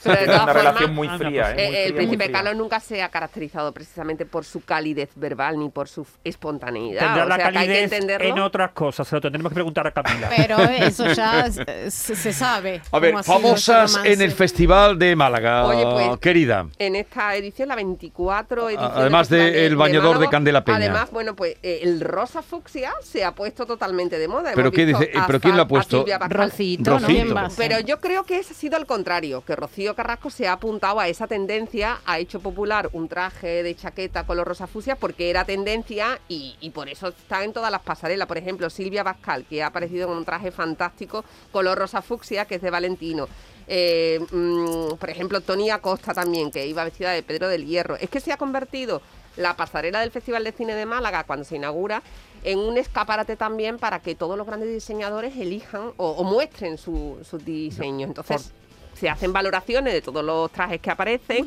[SPEAKER 4] Pero de
[SPEAKER 7] Es una
[SPEAKER 4] todas formas,
[SPEAKER 7] relación muy
[SPEAKER 5] Ah, no,
[SPEAKER 7] fría.
[SPEAKER 5] pues,
[SPEAKER 7] ¿eh?
[SPEAKER 4] eh,
[SPEAKER 7] Muy
[SPEAKER 4] el
[SPEAKER 7] fría, muy
[SPEAKER 4] príncipe
[SPEAKER 7] fría.
[SPEAKER 4] Carlos nunca se ha caracterizado precisamente por su calidez verbal ni por su f- espontaneidad.
[SPEAKER 5] Tendrá
[SPEAKER 4] Ah, o
[SPEAKER 5] la
[SPEAKER 4] sea, que hay que
[SPEAKER 5] calidez
[SPEAKER 4] entenderlo.
[SPEAKER 5] en otras cosas, se lo tendremos que preguntar a Camila.
[SPEAKER 8] Pero eso ya eh, se, se sabe.
[SPEAKER 3] A ver,
[SPEAKER 8] cómo ha sido ese
[SPEAKER 3] famosas en
[SPEAKER 8] romance.
[SPEAKER 3] el Festival de Málaga,
[SPEAKER 4] Oye, pues,
[SPEAKER 3] querida.
[SPEAKER 4] en esta edición, la 24 edición.
[SPEAKER 3] Además
[SPEAKER 4] del Festival
[SPEAKER 3] de El Bañador de
[SPEAKER 4] Málaga.
[SPEAKER 3] Candela Peña.
[SPEAKER 4] Además, bueno, Bueno, pues eh, el rosa fucsia se ha puesto totalmente de moda.
[SPEAKER 3] ¿Pero
[SPEAKER 4] Hemos
[SPEAKER 3] qué
[SPEAKER 4] visto
[SPEAKER 3] dice? Eh,
[SPEAKER 4] a
[SPEAKER 3] ¿pero quién lo ha
[SPEAKER 4] Fal- a
[SPEAKER 3] puesto?
[SPEAKER 4] Silvia Pascal.
[SPEAKER 6] Rocito, ¿no?
[SPEAKER 3] Rocito.
[SPEAKER 6] ¿Quién va a ser?
[SPEAKER 4] Pero yo creo que ese ha sido al contrario, que Rocío Carrasco se ha apuntado a esa tendencia, ha hecho popular un traje de chaqueta color rosa fucsia porque era tendencia y, y por eso está en todas las pasarelas. Por ejemplo, Silvia Pascal, que ha aparecido con un traje fantástico color rosa fucsia, que es de Valentino. Eh, mm, por ejemplo, Tony Acosta también, que iba vestida de Pedro del Hierro. Es que se ha convertido la pasarela del Festival de Cine de Málaga, cuando se inaugura, en un escaparate también para que todos los grandes diseñadores elijan o, o muestren su- sus diseños. Entonces, se hacen valoraciones de todos los trajes que aparecen.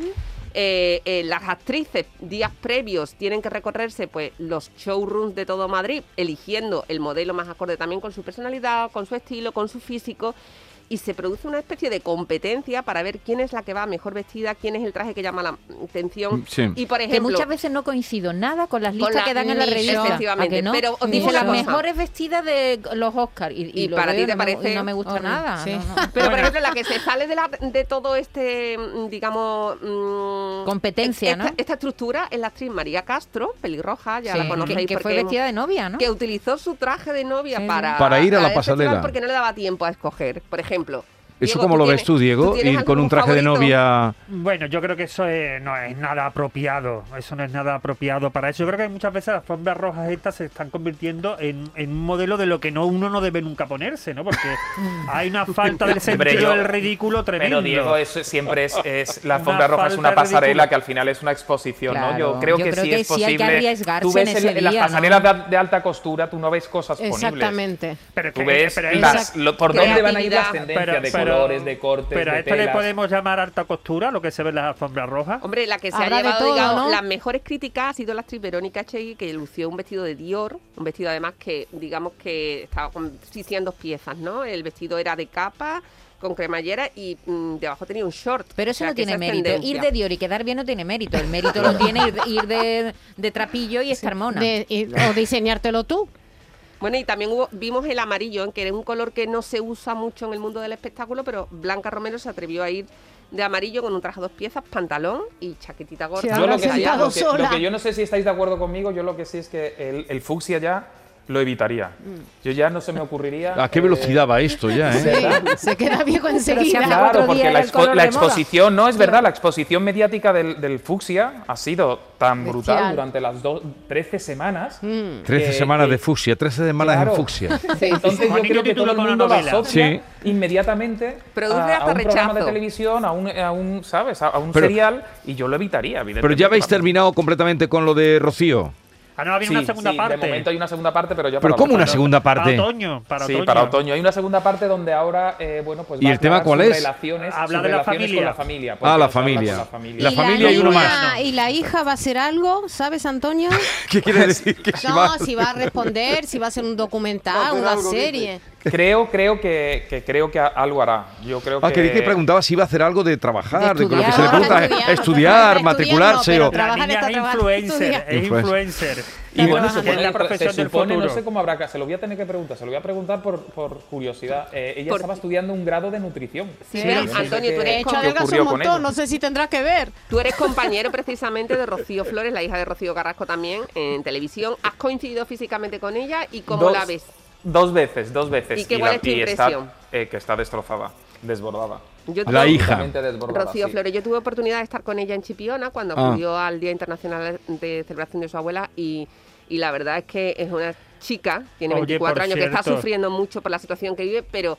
[SPEAKER 4] Eh, eh, las actrices días previos tienen que recorrerse pues los showrooms de todo Madrid eligiendo el modelo más acorde también con su personalidad, con su estilo, con su físico y se produce una especie de competencia para ver quién es la que va mejor vestida, quién es el traje que llama la atención
[SPEAKER 3] Sí.
[SPEAKER 4] y por
[SPEAKER 6] que
[SPEAKER 4] ejemplo
[SPEAKER 6] muchas veces no coincido nada con las
[SPEAKER 4] Con
[SPEAKER 6] listas
[SPEAKER 4] la-
[SPEAKER 6] que dan en la
[SPEAKER 4] ni-
[SPEAKER 6] revista.
[SPEAKER 4] efectivamente,
[SPEAKER 6] ¿a que no?
[SPEAKER 4] pero os
[SPEAKER 6] Ni
[SPEAKER 4] digo
[SPEAKER 6] las
[SPEAKER 4] una cosa.
[SPEAKER 6] mejores vestidas de los Oscars. Y,
[SPEAKER 4] Y
[SPEAKER 6] lo
[SPEAKER 4] para
[SPEAKER 6] veo
[SPEAKER 4] ti te
[SPEAKER 6] y no me- y
[SPEAKER 4] parece
[SPEAKER 6] no me gusta
[SPEAKER 8] horrible.
[SPEAKER 6] nada.
[SPEAKER 8] Sí.
[SPEAKER 6] no, no.
[SPEAKER 4] Pero, por ejemplo, la que se sale de, la- de todo este, mm, digamos... mm,
[SPEAKER 6] Competencia,
[SPEAKER 4] esta,
[SPEAKER 6] ¿no?
[SPEAKER 4] Esta estructura es la actriz María Castro, pelirroja, ya
[SPEAKER 6] Sí,
[SPEAKER 4] la conocéis.
[SPEAKER 6] que, que fue
[SPEAKER 4] porque hemos-
[SPEAKER 6] vestida de novia, ¿no?
[SPEAKER 4] que utilizó su traje de novia
[SPEAKER 6] Sí, sí.
[SPEAKER 4] para...
[SPEAKER 3] Para ir a la
[SPEAKER 4] el
[SPEAKER 3] pasarela.
[SPEAKER 4] festival Porque no le daba tiempo a escoger, por ejemplo.
[SPEAKER 3] ¿Eso
[SPEAKER 4] Diego,
[SPEAKER 3] cómo lo ves
[SPEAKER 4] tienes-
[SPEAKER 3] tú, Diego?
[SPEAKER 4] tienes
[SPEAKER 3] Ir con
[SPEAKER 4] algún
[SPEAKER 3] un traje de
[SPEAKER 4] favorito?
[SPEAKER 3] novia...
[SPEAKER 5] Bueno, yo creo que eso eh, no es nada apropiado. Eso no es nada apropiado para eso. Yo creo que muchas veces las alfombras rojas estas se están convirtiendo en, en un modelo de lo que no uno no debe nunca ponerse, ¿no? Porque hay una falta del
[SPEAKER 7] Hombre,
[SPEAKER 5] sentido
[SPEAKER 7] yo-
[SPEAKER 5] del ridículo tremendo.
[SPEAKER 7] Pero Diego, eso siempre es, es- la alfombra
[SPEAKER 5] Una
[SPEAKER 7] roja es
[SPEAKER 5] falta
[SPEAKER 7] una
[SPEAKER 5] de
[SPEAKER 7] pasarela
[SPEAKER 5] ridículo.
[SPEAKER 7] que al final es una exposición, ¿no?
[SPEAKER 6] Claro.
[SPEAKER 7] Yo creo
[SPEAKER 6] Yo
[SPEAKER 7] que
[SPEAKER 6] creo
[SPEAKER 7] sí
[SPEAKER 6] que
[SPEAKER 7] es
[SPEAKER 6] sí hay que
[SPEAKER 7] posible.
[SPEAKER 6] arriesgarse
[SPEAKER 7] tú
[SPEAKER 6] en
[SPEAKER 7] ves
[SPEAKER 6] ese
[SPEAKER 7] en- en las
[SPEAKER 6] día, ¿no?
[SPEAKER 7] pasarelas de, de alta costura, tú no ves cosas ponibles.
[SPEAKER 8] Exactamente.
[SPEAKER 5] Pero es
[SPEAKER 7] Tú
[SPEAKER 5] que-
[SPEAKER 7] ves
[SPEAKER 5] pero es-
[SPEAKER 7] las- lo- por dónde van a ir las
[SPEAKER 4] Creatividad.
[SPEAKER 7] tendencias de colores, de cortes,
[SPEAKER 5] pero a
[SPEAKER 7] de
[SPEAKER 5] esto le
[SPEAKER 7] telas.
[SPEAKER 5] podemos llamar alta costura, lo que se ve en las alfombras rojas.
[SPEAKER 4] Hombre, la que se
[SPEAKER 8] Habrá
[SPEAKER 4] ha
[SPEAKER 8] de
[SPEAKER 4] llevado,
[SPEAKER 8] todo,
[SPEAKER 4] digamos,
[SPEAKER 8] ¿no?
[SPEAKER 4] las mejores críticas ha sido la actriz Verónica Chegui, que lució un vestido de Dior, un vestido además que, digamos, que estaba con, sí, sí, en dos piezas, ¿no? El vestido era de capa, con cremallera y mm, debajo tenía un short.
[SPEAKER 6] Pero
[SPEAKER 4] O
[SPEAKER 6] eso
[SPEAKER 4] sea,
[SPEAKER 6] no
[SPEAKER 4] que
[SPEAKER 6] tiene
[SPEAKER 4] esa es
[SPEAKER 6] mérito. Ir
[SPEAKER 4] tendencia.
[SPEAKER 6] de Dior y quedar bien no tiene mérito. El mérito lo tiene ir, ir de, de trapillo y estar mona.
[SPEAKER 8] De- y- o diseñártelo tú.
[SPEAKER 4] Bueno, y también hubo- vimos el amarillo, en que es un color que no se usa mucho en el mundo del espectáculo, pero Blanca Romero se atrevió a ir de amarillo con un traje a dos piezas, pantalón y chaquetita
[SPEAKER 8] Sí,
[SPEAKER 4] gorda.
[SPEAKER 7] Yo
[SPEAKER 8] Ahora
[SPEAKER 7] lo que, sí-
[SPEAKER 8] sentado
[SPEAKER 7] lo que-
[SPEAKER 8] sola.
[SPEAKER 7] lo que yo no sé si estáis de acuerdo conmigo, yo lo que sí es que el, el fucsia ya lo evitaría.
[SPEAKER 6] Mm.
[SPEAKER 7] Yo ya no se me ocurriría.
[SPEAKER 3] ¿A qué
[SPEAKER 7] eh,
[SPEAKER 3] velocidad va esto ya, eh?
[SPEAKER 8] Sí, se queda viejo
[SPEAKER 6] Pero
[SPEAKER 8] enseguida.
[SPEAKER 6] se cuatro
[SPEAKER 7] Claro, porque
[SPEAKER 6] días era
[SPEAKER 7] la,
[SPEAKER 6] el
[SPEAKER 7] expo-
[SPEAKER 6] color
[SPEAKER 7] la
[SPEAKER 6] de moda.
[SPEAKER 7] exposición, no es verdad, la exposición mediática del, del fucsia ha sido tan brutal
[SPEAKER 8] Bestial.
[SPEAKER 7] durante las do- 13 semanas.
[SPEAKER 3] Trece
[SPEAKER 7] que-
[SPEAKER 3] semanas de
[SPEAKER 7] que-
[SPEAKER 3] fucsia, trece semanas
[SPEAKER 7] Claro.
[SPEAKER 3] en fucsia.
[SPEAKER 7] Entonces yo
[SPEAKER 5] Juanito
[SPEAKER 7] creo que
[SPEAKER 5] tituló
[SPEAKER 7] todo el
[SPEAKER 5] con una
[SPEAKER 7] mundo lo
[SPEAKER 5] novela.
[SPEAKER 7] asocia
[SPEAKER 3] Sí.
[SPEAKER 7] inmediatamente
[SPEAKER 4] Produce
[SPEAKER 7] a, a
[SPEAKER 4] hasta
[SPEAKER 7] un programa de
[SPEAKER 4] rechazo.
[SPEAKER 7] televisión, a un, a un, ¿sabes? A, a un
[SPEAKER 3] Pero-
[SPEAKER 7] serial, y yo lo evitaría,
[SPEAKER 3] Pero
[SPEAKER 7] evidentemente.
[SPEAKER 3] ya habéis
[SPEAKER 7] Vamos.
[SPEAKER 3] terminado completamente con lo de Rocío.
[SPEAKER 5] Ah, no, había
[SPEAKER 7] Sí,
[SPEAKER 5] una segunda
[SPEAKER 7] sí,
[SPEAKER 5] parte.
[SPEAKER 7] de momento hay una segunda parte, pero ya
[SPEAKER 3] Pero
[SPEAKER 7] para
[SPEAKER 3] ¿cómo una
[SPEAKER 7] otoño.
[SPEAKER 3] segunda parte?
[SPEAKER 5] Para otoño. Para
[SPEAKER 7] sí,
[SPEAKER 5] otoño.
[SPEAKER 7] para otoño. Hay una segunda parte donde ahora, eh, bueno, pues
[SPEAKER 3] ¿Y
[SPEAKER 7] va a
[SPEAKER 3] el tema
[SPEAKER 7] aclarar
[SPEAKER 3] cuál
[SPEAKER 7] sus
[SPEAKER 3] es?
[SPEAKER 7] Relaciones,
[SPEAKER 5] Habla
[SPEAKER 7] sus
[SPEAKER 5] de la
[SPEAKER 7] relaciones
[SPEAKER 5] familia.
[SPEAKER 7] Con la familia
[SPEAKER 3] Ah, la
[SPEAKER 7] porque habla
[SPEAKER 3] familia.
[SPEAKER 7] pues con la familia.
[SPEAKER 3] La
[SPEAKER 8] Y
[SPEAKER 3] familia y
[SPEAKER 8] niña-
[SPEAKER 3] uno más.
[SPEAKER 8] Y la hija va a hacer algo, ¿sabes, Antonio?
[SPEAKER 3] ¿Qué quiere decir? Que si
[SPEAKER 8] No,
[SPEAKER 3] va-
[SPEAKER 8] si va a responder, si va a hacer un documental, una serie.
[SPEAKER 7] Creo, creo que, que creo que a- algo hará. Yo creo
[SPEAKER 3] Ah,
[SPEAKER 7] que
[SPEAKER 3] quería que preguntaba si iba a hacer algo de trabajar, de,
[SPEAKER 6] De
[SPEAKER 3] con lo que
[SPEAKER 6] estudiar.
[SPEAKER 3] se le pregunta,
[SPEAKER 8] Estudiar,
[SPEAKER 3] estudiar,
[SPEAKER 8] estudiar,
[SPEAKER 3] matricularse
[SPEAKER 8] no,
[SPEAKER 3] o...
[SPEAKER 8] pero
[SPEAKER 5] La
[SPEAKER 8] Trabajar
[SPEAKER 5] niña
[SPEAKER 8] está
[SPEAKER 5] es
[SPEAKER 8] trabajando,
[SPEAKER 5] influencer,
[SPEAKER 8] estudia.
[SPEAKER 5] es influencer.
[SPEAKER 7] Y bueno,
[SPEAKER 5] Trabaja-
[SPEAKER 7] supone,
[SPEAKER 5] es la profesión
[SPEAKER 7] se
[SPEAKER 5] del
[SPEAKER 7] supone, no
[SPEAKER 5] futuro.
[SPEAKER 7] sé cómo habrá que- se lo voy a tener que preguntar, se lo voy a preguntar por, por curiosidad. Eh, ella
[SPEAKER 4] Por-
[SPEAKER 7] estaba estudiando un grado de nutrición.
[SPEAKER 4] Sí,
[SPEAKER 7] Yo
[SPEAKER 4] pero
[SPEAKER 7] no sé
[SPEAKER 4] Antonio,
[SPEAKER 7] qué-
[SPEAKER 4] tú
[SPEAKER 8] De
[SPEAKER 4] eres
[SPEAKER 7] qué
[SPEAKER 4] con-
[SPEAKER 8] hecho, adelgaza
[SPEAKER 7] ocurrió
[SPEAKER 8] un
[SPEAKER 7] con
[SPEAKER 8] montón,
[SPEAKER 7] ello.
[SPEAKER 8] no sé si tendrá que ver.
[SPEAKER 4] Tú eres compañero precisamente de Rocío Flores, la hija de Rocío Carrasco también, en televisión. ¿Has coincidido físicamente con ella y cómo
[SPEAKER 7] Dos-
[SPEAKER 4] la ves?
[SPEAKER 7] Dos veces, dos veces.
[SPEAKER 4] ¿Y qué- cuál es tu impresión?
[SPEAKER 7] está, eh, que está destrozada, desbordada.
[SPEAKER 4] Yo
[SPEAKER 3] La
[SPEAKER 4] tuve-
[SPEAKER 3] hija.
[SPEAKER 7] Completamente desbordada,
[SPEAKER 4] Rocío
[SPEAKER 7] sí.
[SPEAKER 4] Flores, yo tuve oportunidad de estar con ella en Chipiona cuando
[SPEAKER 3] Ah.
[SPEAKER 4] acudió al Día Internacional de Celebración de su abuela y, y la verdad es que es una chica, tiene
[SPEAKER 5] Oye,
[SPEAKER 4] 24
[SPEAKER 5] por
[SPEAKER 4] años, que está
[SPEAKER 5] cierto.
[SPEAKER 4] sufriendo mucho por la situación que vive, pero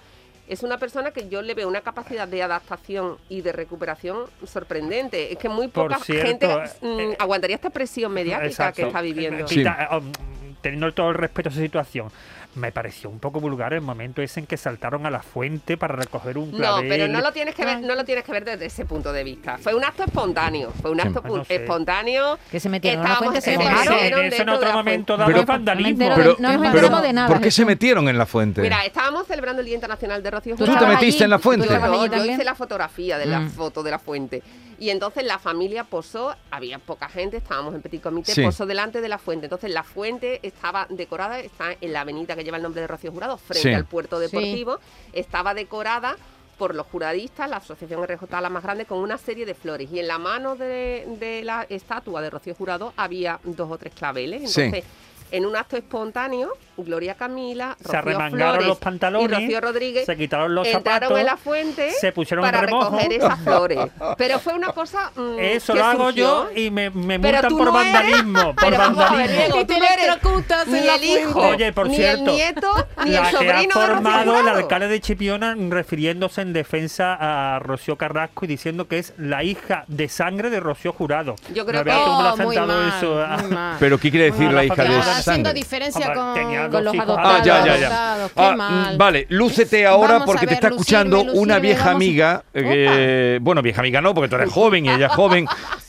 [SPEAKER 4] es una persona que yo le veo una capacidad de adaptación y de recuperación sorprendente. Es que muy
[SPEAKER 5] Por
[SPEAKER 4] poca gente
[SPEAKER 5] cierto,
[SPEAKER 4] mm,
[SPEAKER 5] eh,
[SPEAKER 4] aguantaría esta presión mediática que
[SPEAKER 5] Exacto.
[SPEAKER 4] está viviendo.
[SPEAKER 3] Sí.
[SPEAKER 5] Pita, eh, um, teniendo todo el respeto a esa situación, me pareció un poco vulgar el momento ese en que saltaron a la fuente para recoger un
[SPEAKER 4] No,
[SPEAKER 5] clavel.
[SPEAKER 4] pero no lo tienes que ver, no lo tienes que ver desde ese punto de vista. Fue un acto espontáneo, fue un acto
[SPEAKER 5] Ah, no
[SPEAKER 4] pu-
[SPEAKER 5] sé.
[SPEAKER 4] espontáneo.
[SPEAKER 6] Que se metieron en una
[SPEAKER 4] Estábamos-
[SPEAKER 6] fuente, se
[SPEAKER 4] se
[SPEAKER 6] mojaron.
[SPEAKER 4] metieron
[SPEAKER 5] En eso en
[SPEAKER 4] dentro de
[SPEAKER 5] otro
[SPEAKER 4] la
[SPEAKER 5] momento
[SPEAKER 3] fuente.
[SPEAKER 5] dado
[SPEAKER 3] Pero-
[SPEAKER 5] es vandalismo.
[SPEAKER 6] Pero- no nos enteramos de nada,
[SPEAKER 3] ¿por qué se
[SPEAKER 6] Jesús.
[SPEAKER 3] metieron en la fuente?
[SPEAKER 4] Mira, estábamos celebrando el Día Internacional de Rocío
[SPEAKER 3] ¿Tú
[SPEAKER 4] Jurado.
[SPEAKER 3] te
[SPEAKER 6] estabas
[SPEAKER 3] metiste en la
[SPEAKER 6] ¿Tú
[SPEAKER 3] fuente?
[SPEAKER 6] estabas
[SPEAKER 4] Yo,
[SPEAKER 6] allí
[SPEAKER 4] yo
[SPEAKER 6] también?
[SPEAKER 4] hice la fotografía de la
[SPEAKER 6] Mm.
[SPEAKER 4] foto de la fuente. Y entonces la familia posó, había poca gente, estábamos en Petit Comité,
[SPEAKER 3] Sí.
[SPEAKER 4] posó delante de la fuente. Entonces la fuente estaba decorada, está en la avenida que lleva el nombre de Rocío Jurado, frente
[SPEAKER 3] Sí.
[SPEAKER 4] al puerto deportivo, estaba decorada por los juradistas, la asociación RJ la más grande, con una serie de flores. Y en la mano de, de la estatua de Rocío Jurado había dos o tres claveles.
[SPEAKER 3] Sí.
[SPEAKER 4] Entonces en un acto espontáneo, Gloria Camila,
[SPEAKER 5] Se
[SPEAKER 4] Rocío
[SPEAKER 5] arremangaron
[SPEAKER 4] Flores
[SPEAKER 5] los pantalones,
[SPEAKER 4] y Rocío Rodríguez
[SPEAKER 5] se quitaron los
[SPEAKER 4] entraron
[SPEAKER 5] zapatos,
[SPEAKER 4] en la fuente
[SPEAKER 5] se pusieron en
[SPEAKER 4] para
[SPEAKER 5] remojo.
[SPEAKER 4] recoger esas flores. Pero fue una cosa mm,
[SPEAKER 5] Eso
[SPEAKER 4] que
[SPEAKER 5] lo hago
[SPEAKER 4] surgió.
[SPEAKER 5] yo y me, me
[SPEAKER 4] Pero
[SPEAKER 5] multan
[SPEAKER 4] tú
[SPEAKER 5] por
[SPEAKER 4] no eres-
[SPEAKER 5] vandalismo. Por
[SPEAKER 4] Pero vamos a ver,
[SPEAKER 5] vandalismo.
[SPEAKER 4] Diego,
[SPEAKER 8] Que
[SPEAKER 4] tú
[SPEAKER 8] te
[SPEAKER 4] no eres
[SPEAKER 8] electrocutas en
[SPEAKER 4] ni
[SPEAKER 8] la
[SPEAKER 4] el hijo,
[SPEAKER 8] fuente.
[SPEAKER 5] Oye, por
[SPEAKER 4] ni
[SPEAKER 5] cierto,
[SPEAKER 4] el nieto, ni el
[SPEAKER 5] La que ha
[SPEAKER 4] sobrino de Rocío
[SPEAKER 5] formado el
[SPEAKER 4] Jurado.
[SPEAKER 5] alcalde de Chipiona refiriéndose en defensa a Rocío Carrasco y diciendo que es la hija de sangre de Rocío Jurado.
[SPEAKER 4] Yo creo
[SPEAKER 5] No
[SPEAKER 4] que-
[SPEAKER 5] había tú me lo has
[SPEAKER 8] Oh, muy
[SPEAKER 5] sentado
[SPEAKER 8] mal,
[SPEAKER 5] eso. ah.
[SPEAKER 8] muy mal.
[SPEAKER 3] ¿eh? Pero ¿qué quiere decir
[SPEAKER 5] Bueno,
[SPEAKER 3] la
[SPEAKER 5] la
[SPEAKER 3] hija
[SPEAKER 5] familia
[SPEAKER 3] de
[SPEAKER 8] Claro,
[SPEAKER 5] de
[SPEAKER 8] haciendo
[SPEAKER 3] sangre?
[SPEAKER 8] diferencia
[SPEAKER 5] Hombre, tenía
[SPEAKER 8] con,
[SPEAKER 5] dos
[SPEAKER 8] con los
[SPEAKER 5] hijos
[SPEAKER 8] adoptados.
[SPEAKER 3] Ah, ya, ya, ya.
[SPEAKER 8] adoptados. Qué
[SPEAKER 3] Ah,
[SPEAKER 8] mal.
[SPEAKER 3] mm, vale, lúcete ahora
[SPEAKER 8] Vamos a
[SPEAKER 3] porque te
[SPEAKER 8] ver,
[SPEAKER 3] está
[SPEAKER 8] lucirme,
[SPEAKER 3] escuchando una
[SPEAKER 8] lucirme,
[SPEAKER 3] vieja
[SPEAKER 8] vamos.
[SPEAKER 3] amiga. eh, bueno, vieja amiga no, porque tú eres joven y ella es joven.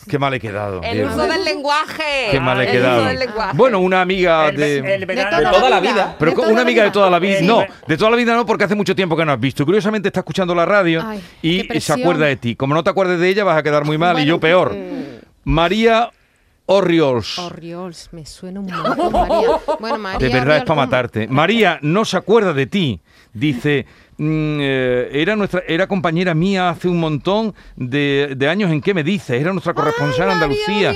[SPEAKER 3] Qué mal he quedado.
[SPEAKER 4] El
[SPEAKER 3] Diego.
[SPEAKER 4] uso del lenguaje.
[SPEAKER 3] Qué mal he
[SPEAKER 5] el
[SPEAKER 3] quedado.
[SPEAKER 4] El uso del lenguaje.
[SPEAKER 3] Bueno, una amiga
[SPEAKER 5] El ve-
[SPEAKER 3] de.
[SPEAKER 5] el
[SPEAKER 8] De
[SPEAKER 5] verano-
[SPEAKER 8] toda, la vida.
[SPEAKER 3] Pero
[SPEAKER 8] de
[SPEAKER 3] co-
[SPEAKER 8] toda
[SPEAKER 3] una
[SPEAKER 8] la
[SPEAKER 3] amiga de
[SPEAKER 8] vida.
[SPEAKER 3] toda la vida,
[SPEAKER 5] Sí.
[SPEAKER 3] no, de toda la vida no, porque hace mucho tiempo que no has visto. Curiosamente está escuchando la radio
[SPEAKER 8] Ay, qué
[SPEAKER 3] y se
[SPEAKER 8] presión.
[SPEAKER 3] acuerda de ti. Como no te acuerdes de ella, vas a quedar muy mal y
[SPEAKER 8] Bueno, eh.
[SPEAKER 3] yo peor. María Orriols.
[SPEAKER 8] Orriols, Oh, me suena un montón, María. Bueno, María.
[SPEAKER 3] de verdad es
[SPEAKER 8] Orriols,
[SPEAKER 3] para
[SPEAKER 8] ¿cómo?
[SPEAKER 3] matarte. María no se acuerda de ti. Dice, mm, eh, era nuestra era compañera mía hace un montón de, de años en qué me dices. Era nuestra corresponsal en Andalucía.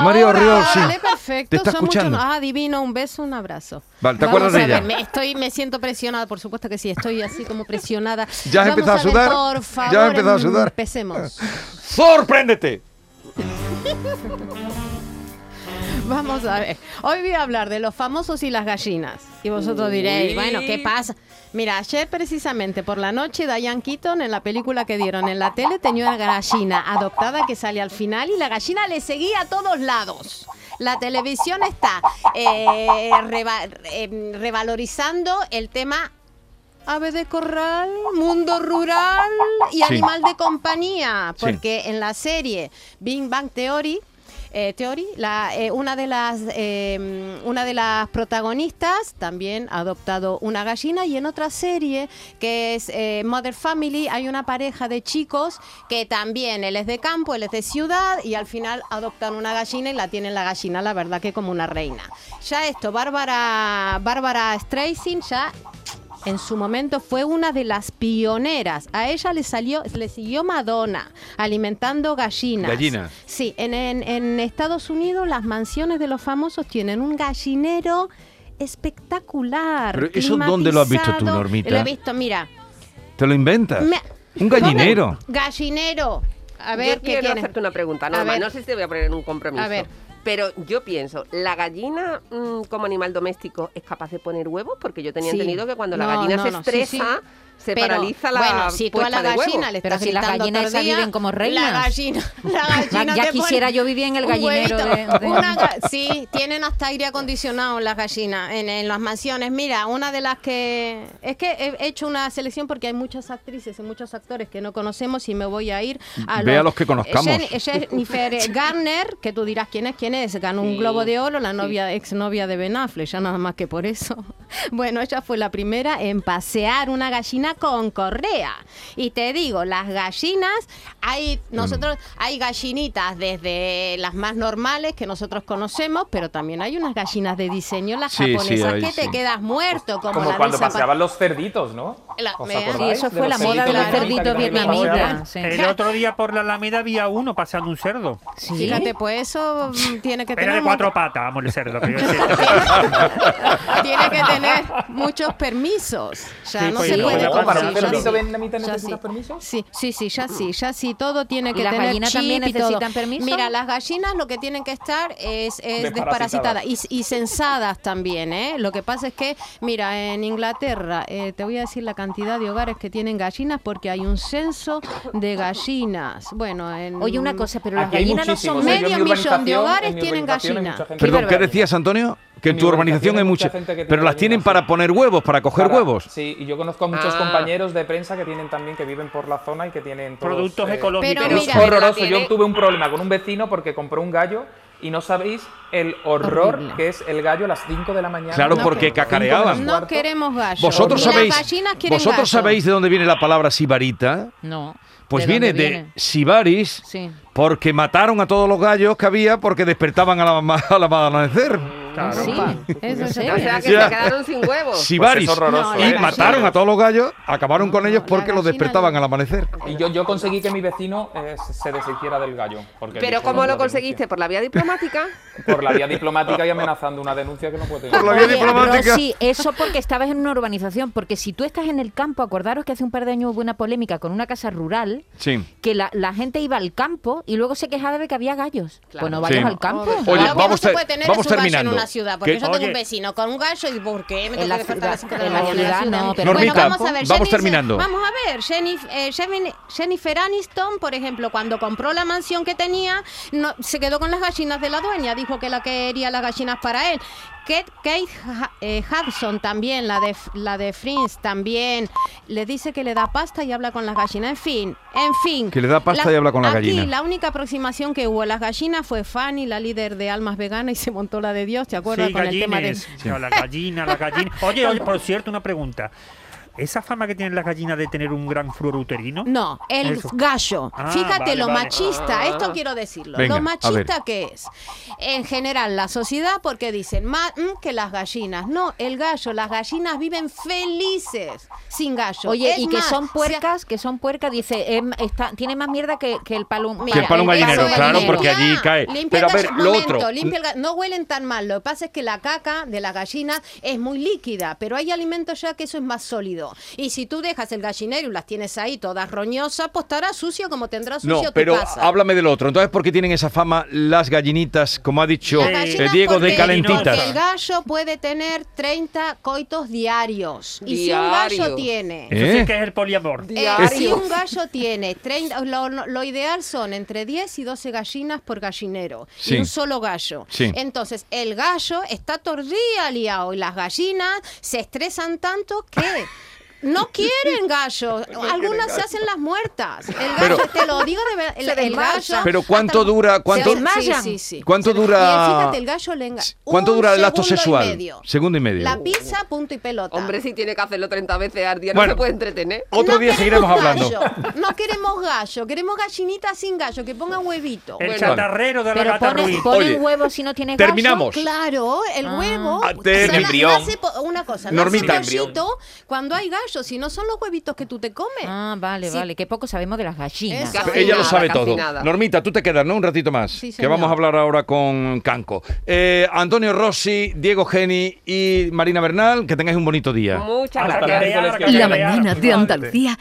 [SPEAKER 3] María
[SPEAKER 8] Ahora,
[SPEAKER 3] Orriols, sí.
[SPEAKER 8] Vale, perfecto.
[SPEAKER 3] Te está
[SPEAKER 8] son muchos-
[SPEAKER 3] escuchando.
[SPEAKER 8] Ah, divino, un beso, un abrazo.
[SPEAKER 3] Vale, ¿te
[SPEAKER 8] Vamos
[SPEAKER 3] acuerdas de
[SPEAKER 8] a
[SPEAKER 3] ella?
[SPEAKER 8] ver, Me, estoy, me siento presionada, por supuesto que sí, estoy así como presionada.
[SPEAKER 3] Ya has
[SPEAKER 8] Vamos
[SPEAKER 3] empezado a
[SPEAKER 8] ver,
[SPEAKER 3] sudar,
[SPEAKER 8] Por
[SPEAKER 3] ya has
[SPEAKER 8] favor,
[SPEAKER 3] empezado a sudar.
[SPEAKER 8] Empecemos.
[SPEAKER 3] ¡Sorpréndete!
[SPEAKER 8] Vamos a ver. Hoy voy a hablar de los famosos y las gallinas. Y vosotros diréis, bueno, ¿qué pasa? Mira, ayer precisamente por la noche, Diane Keaton en la película que dieron en la tele tenía una gallina adoptada que sale al final y la gallina le seguía a todos lados. La televisión está eh, reva- eh, revalorizando el tema Ave de corral, mundo rural y
[SPEAKER 3] Sí.
[SPEAKER 8] animal de compañía,
[SPEAKER 3] Sí.
[SPEAKER 8] porque en la serie Bing Bang Theory, eh, Theory, la, eh, una de las eh, una de las protagonistas también ha adoptado una gallina y en otra serie que es eh, Mother Family hay una pareja de chicos que también él es de campo, él es de ciudad y al final adoptan una gallina y la tienen la gallina, la verdad que como una reina. Ya esto, Bárbara Bárbara Streisand ya en su momento fue una de las pioneras. A ella le salió, le siguió Madonna, alimentando gallinas.
[SPEAKER 3] Gallinas.
[SPEAKER 8] Sí, en, en- en Estados Unidos las mansiones de los famosos tienen un gallinero espectacular.
[SPEAKER 3] Pero eso, ¿dónde lo has visto tú,
[SPEAKER 8] climatizado.
[SPEAKER 3] Normita?
[SPEAKER 8] Lo he visto, mira.
[SPEAKER 3] ¿Te lo inventas?
[SPEAKER 8] Me-
[SPEAKER 3] Un gallinero.
[SPEAKER 8] Gallinero. A
[SPEAKER 4] Yo
[SPEAKER 8] ver qué
[SPEAKER 4] quiero
[SPEAKER 8] tiene.
[SPEAKER 4] hacerte una pregunta,
[SPEAKER 8] A
[SPEAKER 4] no,
[SPEAKER 8] ver.
[SPEAKER 4] no sé si te voy a poner en un compromiso.
[SPEAKER 8] A ver.
[SPEAKER 4] Pero yo pienso, ¿la gallina mm, como animal doméstico es capaz de poner huevos? Porque yo tenía
[SPEAKER 8] Sí.
[SPEAKER 4] entendido que cuando la
[SPEAKER 8] No,
[SPEAKER 4] gallina
[SPEAKER 8] no,
[SPEAKER 4] se
[SPEAKER 8] no, sí,
[SPEAKER 4] estresa, se
[SPEAKER 8] Pero,
[SPEAKER 4] paraliza la
[SPEAKER 8] bueno, si tú a
[SPEAKER 4] puesta de
[SPEAKER 8] la
[SPEAKER 4] huevos.
[SPEAKER 8] gallina le
[SPEAKER 6] Pero
[SPEAKER 8] estás
[SPEAKER 6] si las
[SPEAKER 8] gritando
[SPEAKER 6] gallinas
[SPEAKER 8] todo el
[SPEAKER 6] esas
[SPEAKER 8] día,
[SPEAKER 6] viven como reinas.
[SPEAKER 8] La gallina, la gallina
[SPEAKER 6] Ya
[SPEAKER 8] te pone
[SPEAKER 6] quisiera yo vivir en el
[SPEAKER 8] un
[SPEAKER 6] gallinero
[SPEAKER 8] huevito.
[SPEAKER 6] de- de-
[SPEAKER 8] Una ga- sí, tienen hasta aire acondicionado las gallinas en, en las mansiones. Mira, una de las que... Es que he hecho una selección porque hay muchas actrices y muchos actores que no conocemos y me voy a ir a
[SPEAKER 3] Ve a los que conozcamos.
[SPEAKER 8] Jen- Jennifer Garner, que tú dirás quién es, quién es, ganó un
[SPEAKER 4] Sí,
[SPEAKER 8] Globo de Oro, la novia, exnovia de Ben Affleck, ya nada más que por eso. Bueno, ella fue la primera en pasear una gallina con correa. Y te digo, las gallinas, hay nosotros hay gallinitas desde las más normales que nosotros conocemos, pero también hay unas gallinas de diseño, las
[SPEAKER 3] Sí, sí,
[SPEAKER 8] japonesas
[SPEAKER 3] hay,
[SPEAKER 8] que te
[SPEAKER 3] sí.
[SPEAKER 8] quedas muerto como,
[SPEAKER 7] Como,
[SPEAKER 8] la
[SPEAKER 7] cuando
[SPEAKER 8] de esa-
[SPEAKER 7] paseaban los cerditos, ¿no?
[SPEAKER 8] La-
[SPEAKER 7] ¿Os
[SPEAKER 8] Sí, eso
[SPEAKER 7] acordáis
[SPEAKER 6] fue
[SPEAKER 7] los
[SPEAKER 6] la moda de los
[SPEAKER 7] vietnamitas
[SPEAKER 6] cerditos
[SPEAKER 7] que también
[SPEAKER 6] vietnamitas.
[SPEAKER 7] paseaban?
[SPEAKER 6] Sí.
[SPEAKER 5] El otro día por la Alameda había uno paseando un cerdo.
[SPEAKER 6] Sí.
[SPEAKER 8] Fíjate, pues eso mm, tiene que
[SPEAKER 5] Era
[SPEAKER 8] tener
[SPEAKER 5] de cuatro
[SPEAKER 8] mucho-
[SPEAKER 5] patas, vamos, el cerdo. que yo decía.
[SPEAKER 8] Tiene que tener muchos permisos. Ya
[SPEAKER 5] Sí,
[SPEAKER 8] no
[SPEAKER 5] pues,
[SPEAKER 8] se
[SPEAKER 5] no,
[SPEAKER 8] puede.
[SPEAKER 5] ya
[SPEAKER 8] con-
[SPEAKER 5] para
[SPEAKER 8] sí,
[SPEAKER 5] un
[SPEAKER 8] ya
[SPEAKER 5] cerdito
[SPEAKER 8] sí.
[SPEAKER 7] vietnamita
[SPEAKER 8] Ya
[SPEAKER 7] necesitas
[SPEAKER 8] sí.
[SPEAKER 7] permiso?
[SPEAKER 8] Sí, sí, sí, ya sí, ya sí. Todo tiene
[SPEAKER 6] ¿Y
[SPEAKER 8] que
[SPEAKER 6] las
[SPEAKER 8] tener
[SPEAKER 6] gallinas
[SPEAKER 8] chip
[SPEAKER 6] también
[SPEAKER 8] y todo.
[SPEAKER 6] necesitan permiso?
[SPEAKER 8] Mira, las gallinas lo que tienen que estar es, es
[SPEAKER 7] Desparasitadas.
[SPEAKER 8] desparasitadas y, y censadas también, ¿eh? Lo que pasa es que, mira, en Inglaterra, eh, te voy a decir la cantidad de hogares que tienen gallinas porque hay un censo de gallinas. Bueno, en...
[SPEAKER 6] Oye, una cosa, pero las
[SPEAKER 7] Aquí hay
[SPEAKER 6] gallinas no
[SPEAKER 7] muchísimos,
[SPEAKER 6] son
[SPEAKER 7] ¿eh? Yo en
[SPEAKER 8] medio
[SPEAKER 7] mi
[SPEAKER 8] millón de
[SPEAKER 7] urbanización-
[SPEAKER 8] hogares
[SPEAKER 7] en mi
[SPEAKER 8] tienen
[SPEAKER 7] urbanización hay
[SPEAKER 8] gallinas.
[SPEAKER 7] mucha gente
[SPEAKER 3] Perdón,
[SPEAKER 7] que-
[SPEAKER 3] ¿qué decías, Antonio? Que en
[SPEAKER 7] mi
[SPEAKER 3] tu urbanización hay
[SPEAKER 7] mucha
[SPEAKER 3] mucha.
[SPEAKER 7] gente que tiene
[SPEAKER 3] Pero las tienen
[SPEAKER 7] gallinas,
[SPEAKER 3] para
[SPEAKER 7] sí.
[SPEAKER 3] poner huevos, para coger
[SPEAKER 7] Para-
[SPEAKER 3] huevos.
[SPEAKER 7] Sí, y yo conozco a muchos
[SPEAKER 4] Ah.
[SPEAKER 7] compañeros de prensa que tienen también, que viven por la zona y que tienen todos,
[SPEAKER 5] Productos
[SPEAKER 7] eh,
[SPEAKER 5] ecológicos.
[SPEAKER 8] Pero
[SPEAKER 7] Pero es
[SPEAKER 8] mira-
[SPEAKER 7] horroroso.
[SPEAKER 4] Pero
[SPEAKER 7] Yo
[SPEAKER 4] tiene-
[SPEAKER 7] tuve un problema con un vecino porque compró un gallo y no sabéis el horror
[SPEAKER 8] Horrible.
[SPEAKER 7] que es el gallo a las 5 de la mañana.
[SPEAKER 3] Claro,
[SPEAKER 7] Cinco
[SPEAKER 3] porque
[SPEAKER 7] menos cuarto.
[SPEAKER 3] cacareaban.
[SPEAKER 8] No queremos gallos.
[SPEAKER 3] Vosotros
[SPEAKER 8] Ni las
[SPEAKER 3] sabéis,
[SPEAKER 8] gallinas quieren
[SPEAKER 3] vosotros
[SPEAKER 8] gallos.
[SPEAKER 3] sabéis de dónde viene la palabra sibarita.
[SPEAKER 6] No.
[SPEAKER 3] Pues
[SPEAKER 6] ¿De
[SPEAKER 3] viene,
[SPEAKER 6] dónde
[SPEAKER 3] de sibaris,
[SPEAKER 6] Sí.
[SPEAKER 3] porque mataron a todos los gallos que había porque despertaban a la, ma- a la al amanecer.
[SPEAKER 7] Pues
[SPEAKER 5] Claro.
[SPEAKER 6] Sí,
[SPEAKER 8] Eso es
[SPEAKER 4] O sea
[SPEAKER 8] serio.
[SPEAKER 4] que
[SPEAKER 3] Ya.
[SPEAKER 4] se quedaron sin huevos.
[SPEAKER 3] Sibaris.
[SPEAKER 7] es horroroso, ¿eh?
[SPEAKER 8] No,
[SPEAKER 3] y
[SPEAKER 8] la gallina.
[SPEAKER 3] mataron a todos los gallos, acabaron con ellos
[SPEAKER 8] No, la
[SPEAKER 3] porque los
[SPEAKER 8] gallina
[SPEAKER 3] despertaban
[SPEAKER 8] no.
[SPEAKER 3] al amanecer.
[SPEAKER 7] Y yo, yo conseguí que mi vecino eh, se deshiciera del gallo. Porque
[SPEAKER 4] Pero
[SPEAKER 7] dijo
[SPEAKER 4] ¿cómo
[SPEAKER 7] la
[SPEAKER 4] lo conseguiste?
[SPEAKER 7] denuncia.
[SPEAKER 4] ¿Por la vía diplomática?
[SPEAKER 7] Por la vía diplomática y amenazando una denuncia que no puede
[SPEAKER 3] Por la vía
[SPEAKER 6] Oye,
[SPEAKER 3] diplomática.
[SPEAKER 6] Rosy, eso porque estabas en una urbanización, porque si tú estás en el campo, acordaros que hace un par de años hubo una polémica con una casa rural
[SPEAKER 3] Sí.
[SPEAKER 6] que la, la gente iba al campo y luego se quejaba de que había gallos.
[SPEAKER 4] Claro.
[SPEAKER 6] Pues no vayas
[SPEAKER 3] Sí.
[SPEAKER 6] al campo.
[SPEAKER 8] Pobre.
[SPEAKER 3] Oye,
[SPEAKER 8] Lo que no
[SPEAKER 3] vamos
[SPEAKER 8] se
[SPEAKER 3] ter-
[SPEAKER 8] puede tener
[SPEAKER 3] vamos
[SPEAKER 8] es un gallo
[SPEAKER 3] terminando.
[SPEAKER 8] en una ciudad, porque
[SPEAKER 3] Que-
[SPEAKER 8] yo tengo
[SPEAKER 5] Oye.
[SPEAKER 8] un vececino con un gallo y digo, ¿por qué? Me
[SPEAKER 6] En
[SPEAKER 8] tengo
[SPEAKER 6] la
[SPEAKER 8] que despertar a las
[SPEAKER 6] ciudad-
[SPEAKER 8] cinco de
[SPEAKER 6] en
[SPEAKER 8] la
[SPEAKER 6] la
[SPEAKER 8] mañana.
[SPEAKER 6] ciudad, no, pero-
[SPEAKER 8] bueno,
[SPEAKER 3] Normita,
[SPEAKER 8] vamos a ver,
[SPEAKER 3] vamos
[SPEAKER 8] Jennifer-
[SPEAKER 3] terminando.
[SPEAKER 8] Vamos a ver, Jennifer, eh, Jennifer- Jennifer Aniston, por ejemplo, cuando compró la mansión que tenía, no, se quedó con las gallinas de la dueña, dijo que la quería las gallinas para él. Kate, Kate Ha- eh, Hudson también, la de, la de Friends también, le dice que le da pasta y habla con las gallinas. En fin, en fin.
[SPEAKER 3] Que le da pasta y habla con las
[SPEAKER 8] aquí
[SPEAKER 3] gallinas.
[SPEAKER 8] la única aproximación que hubo a las gallinas fue Fanny, la líder de Almas Veganas, y se montó la de Dios, ¿te acuerdas?
[SPEAKER 5] Sí,
[SPEAKER 8] con el tema de...
[SPEAKER 5] gallines. No, la gallina, la gallina. Oye, oye, por cierto, una pregunta. ¿Esa fama que tienen las gallinas de tener un gran flúor uterino?
[SPEAKER 8] No, el
[SPEAKER 5] Eso.
[SPEAKER 8] gallo.
[SPEAKER 5] Ah,
[SPEAKER 8] Fíjate
[SPEAKER 5] vale,
[SPEAKER 8] lo
[SPEAKER 5] vale. Ah.
[SPEAKER 8] machista, esto quiero decirlo,
[SPEAKER 3] Venga, a
[SPEAKER 8] lo machista
[SPEAKER 3] ver.
[SPEAKER 8] que es. En general, la sociedad, porque dicen más mm, que las gallinas. No, el gallo, las gallinas viven felices sin gallo.
[SPEAKER 6] Oye,
[SPEAKER 8] Es
[SPEAKER 6] y que
[SPEAKER 8] más,
[SPEAKER 6] son
[SPEAKER 8] se-
[SPEAKER 6] puercas, que son puercas, dice, em, está- tiene más mierda que, que el palo mira,
[SPEAKER 3] Que el palo gallinero,
[SPEAKER 6] vaso de
[SPEAKER 3] claro,
[SPEAKER 6] gallinero.
[SPEAKER 3] porque allí cae.
[SPEAKER 8] Limpia
[SPEAKER 3] Pero a
[SPEAKER 8] el
[SPEAKER 3] ver,
[SPEAKER 8] gallo-
[SPEAKER 3] lo
[SPEAKER 8] momento,
[SPEAKER 3] otro.
[SPEAKER 8] limpia el ga- no huelen tan mal. Lo que pasa es que la caca de la gallina es muy líquida, pero hay alimentos ya que eso es más sólido. Y si tú dejas el gallinero y las tienes ahí todas roñosas, pues estará sucio como tendrá sucio
[SPEAKER 3] No,
[SPEAKER 8] tu
[SPEAKER 3] pero
[SPEAKER 8] casa.
[SPEAKER 3] háblame del otro. Entonces, ¿por qué tienen esa fama las gallinitas, como ha dicho
[SPEAKER 8] Las
[SPEAKER 5] Eh,
[SPEAKER 8] gallinas
[SPEAKER 3] eh, Diego, de
[SPEAKER 8] porque-
[SPEAKER 3] calentitas?
[SPEAKER 8] porque el gallo puede tener 30 coitos diarios. Y si un gallo
[SPEAKER 4] Diario.
[SPEAKER 8] tiene.
[SPEAKER 3] Eh,
[SPEAKER 5] Eso sí que es el poliamor.
[SPEAKER 8] eh, si
[SPEAKER 4] Diario.
[SPEAKER 8] un gallo tiene 30, lo, lo ideal son entre 10 y 12 gallinas por gallinero
[SPEAKER 3] Sí.
[SPEAKER 8] y un solo gallo.
[SPEAKER 3] Sí.
[SPEAKER 8] Entonces, el gallo está tordía liado y las gallinas se estresan tanto que no quieren gallos. Algunas se hacen las muertas. El gallo,
[SPEAKER 3] Pero-
[SPEAKER 8] te lo digo de verdad, el,
[SPEAKER 6] Se
[SPEAKER 8] el gallo.
[SPEAKER 6] desmayan.
[SPEAKER 3] Pero ¿cuánto
[SPEAKER 8] hasta-
[SPEAKER 3] dura? ¿Cuánto,
[SPEAKER 8] Sí,
[SPEAKER 6] desmayan.
[SPEAKER 8] sí, sí.
[SPEAKER 3] ¿Cuánto
[SPEAKER 8] Se des-
[SPEAKER 3] dura-
[SPEAKER 8] Y fíjate, el gallo le enga-
[SPEAKER 3] ¿Cuánto
[SPEAKER 8] un
[SPEAKER 3] dura el acto
[SPEAKER 8] segundo y
[SPEAKER 3] sexual?
[SPEAKER 8] medio.
[SPEAKER 3] Segundo y medio.
[SPEAKER 8] La pizza, punto y pelota.
[SPEAKER 4] Hombre, si tiene que hacerlo 30 veces al día,
[SPEAKER 3] Bueno.
[SPEAKER 4] no se puede entretener.
[SPEAKER 3] Otro
[SPEAKER 8] No
[SPEAKER 3] día seguiremos
[SPEAKER 8] queremos
[SPEAKER 3] hablando.
[SPEAKER 8] gallo, No queremos gallo, queremos gallinita sin gallo, que ponga huevito.
[SPEAKER 5] El
[SPEAKER 4] Bueno.
[SPEAKER 5] chatarrero de la
[SPEAKER 6] Pero
[SPEAKER 5] gata
[SPEAKER 6] ponen,
[SPEAKER 5] Ruiz.
[SPEAKER 6] ponen
[SPEAKER 3] Oye,
[SPEAKER 6] huevos si no tienes gallo.
[SPEAKER 3] Terminamos.
[SPEAKER 8] Claro, el huevo.
[SPEAKER 3] Ah,
[SPEAKER 8] o
[SPEAKER 3] te-
[SPEAKER 8] sea,
[SPEAKER 3] el
[SPEAKER 8] na-
[SPEAKER 7] embrión.
[SPEAKER 8] nace po- una cosa,
[SPEAKER 3] Normita.
[SPEAKER 8] nace pollito cuando hay gallo, si no son los huevitos que tú te comes.
[SPEAKER 6] Ah, vale,
[SPEAKER 8] Sí.
[SPEAKER 6] vale, que poco sabemos de las gallinas.
[SPEAKER 4] Casi
[SPEAKER 3] Ella lo
[SPEAKER 4] nada,
[SPEAKER 3] sabe
[SPEAKER 4] casi
[SPEAKER 3] todo.
[SPEAKER 4] nada.
[SPEAKER 3] Normita, tú te quedas, ¿no? Un ratito más.
[SPEAKER 8] Sí,
[SPEAKER 3] que
[SPEAKER 8] señor.
[SPEAKER 3] vamos a hablar ahora con Canco. Eh, Antonio Rossi, Diego Geni y Marina Bernal, que tengáis un bonito día.
[SPEAKER 4] Muchas
[SPEAKER 7] Hasta
[SPEAKER 5] Que
[SPEAKER 7] la
[SPEAKER 4] gracias.
[SPEAKER 5] vea,
[SPEAKER 7] miércoles que
[SPEAKER 5] que
[SPEAKER 2] La
[SPEAKER 5] vea.
[SPEAKER 2] mañana de Andalucía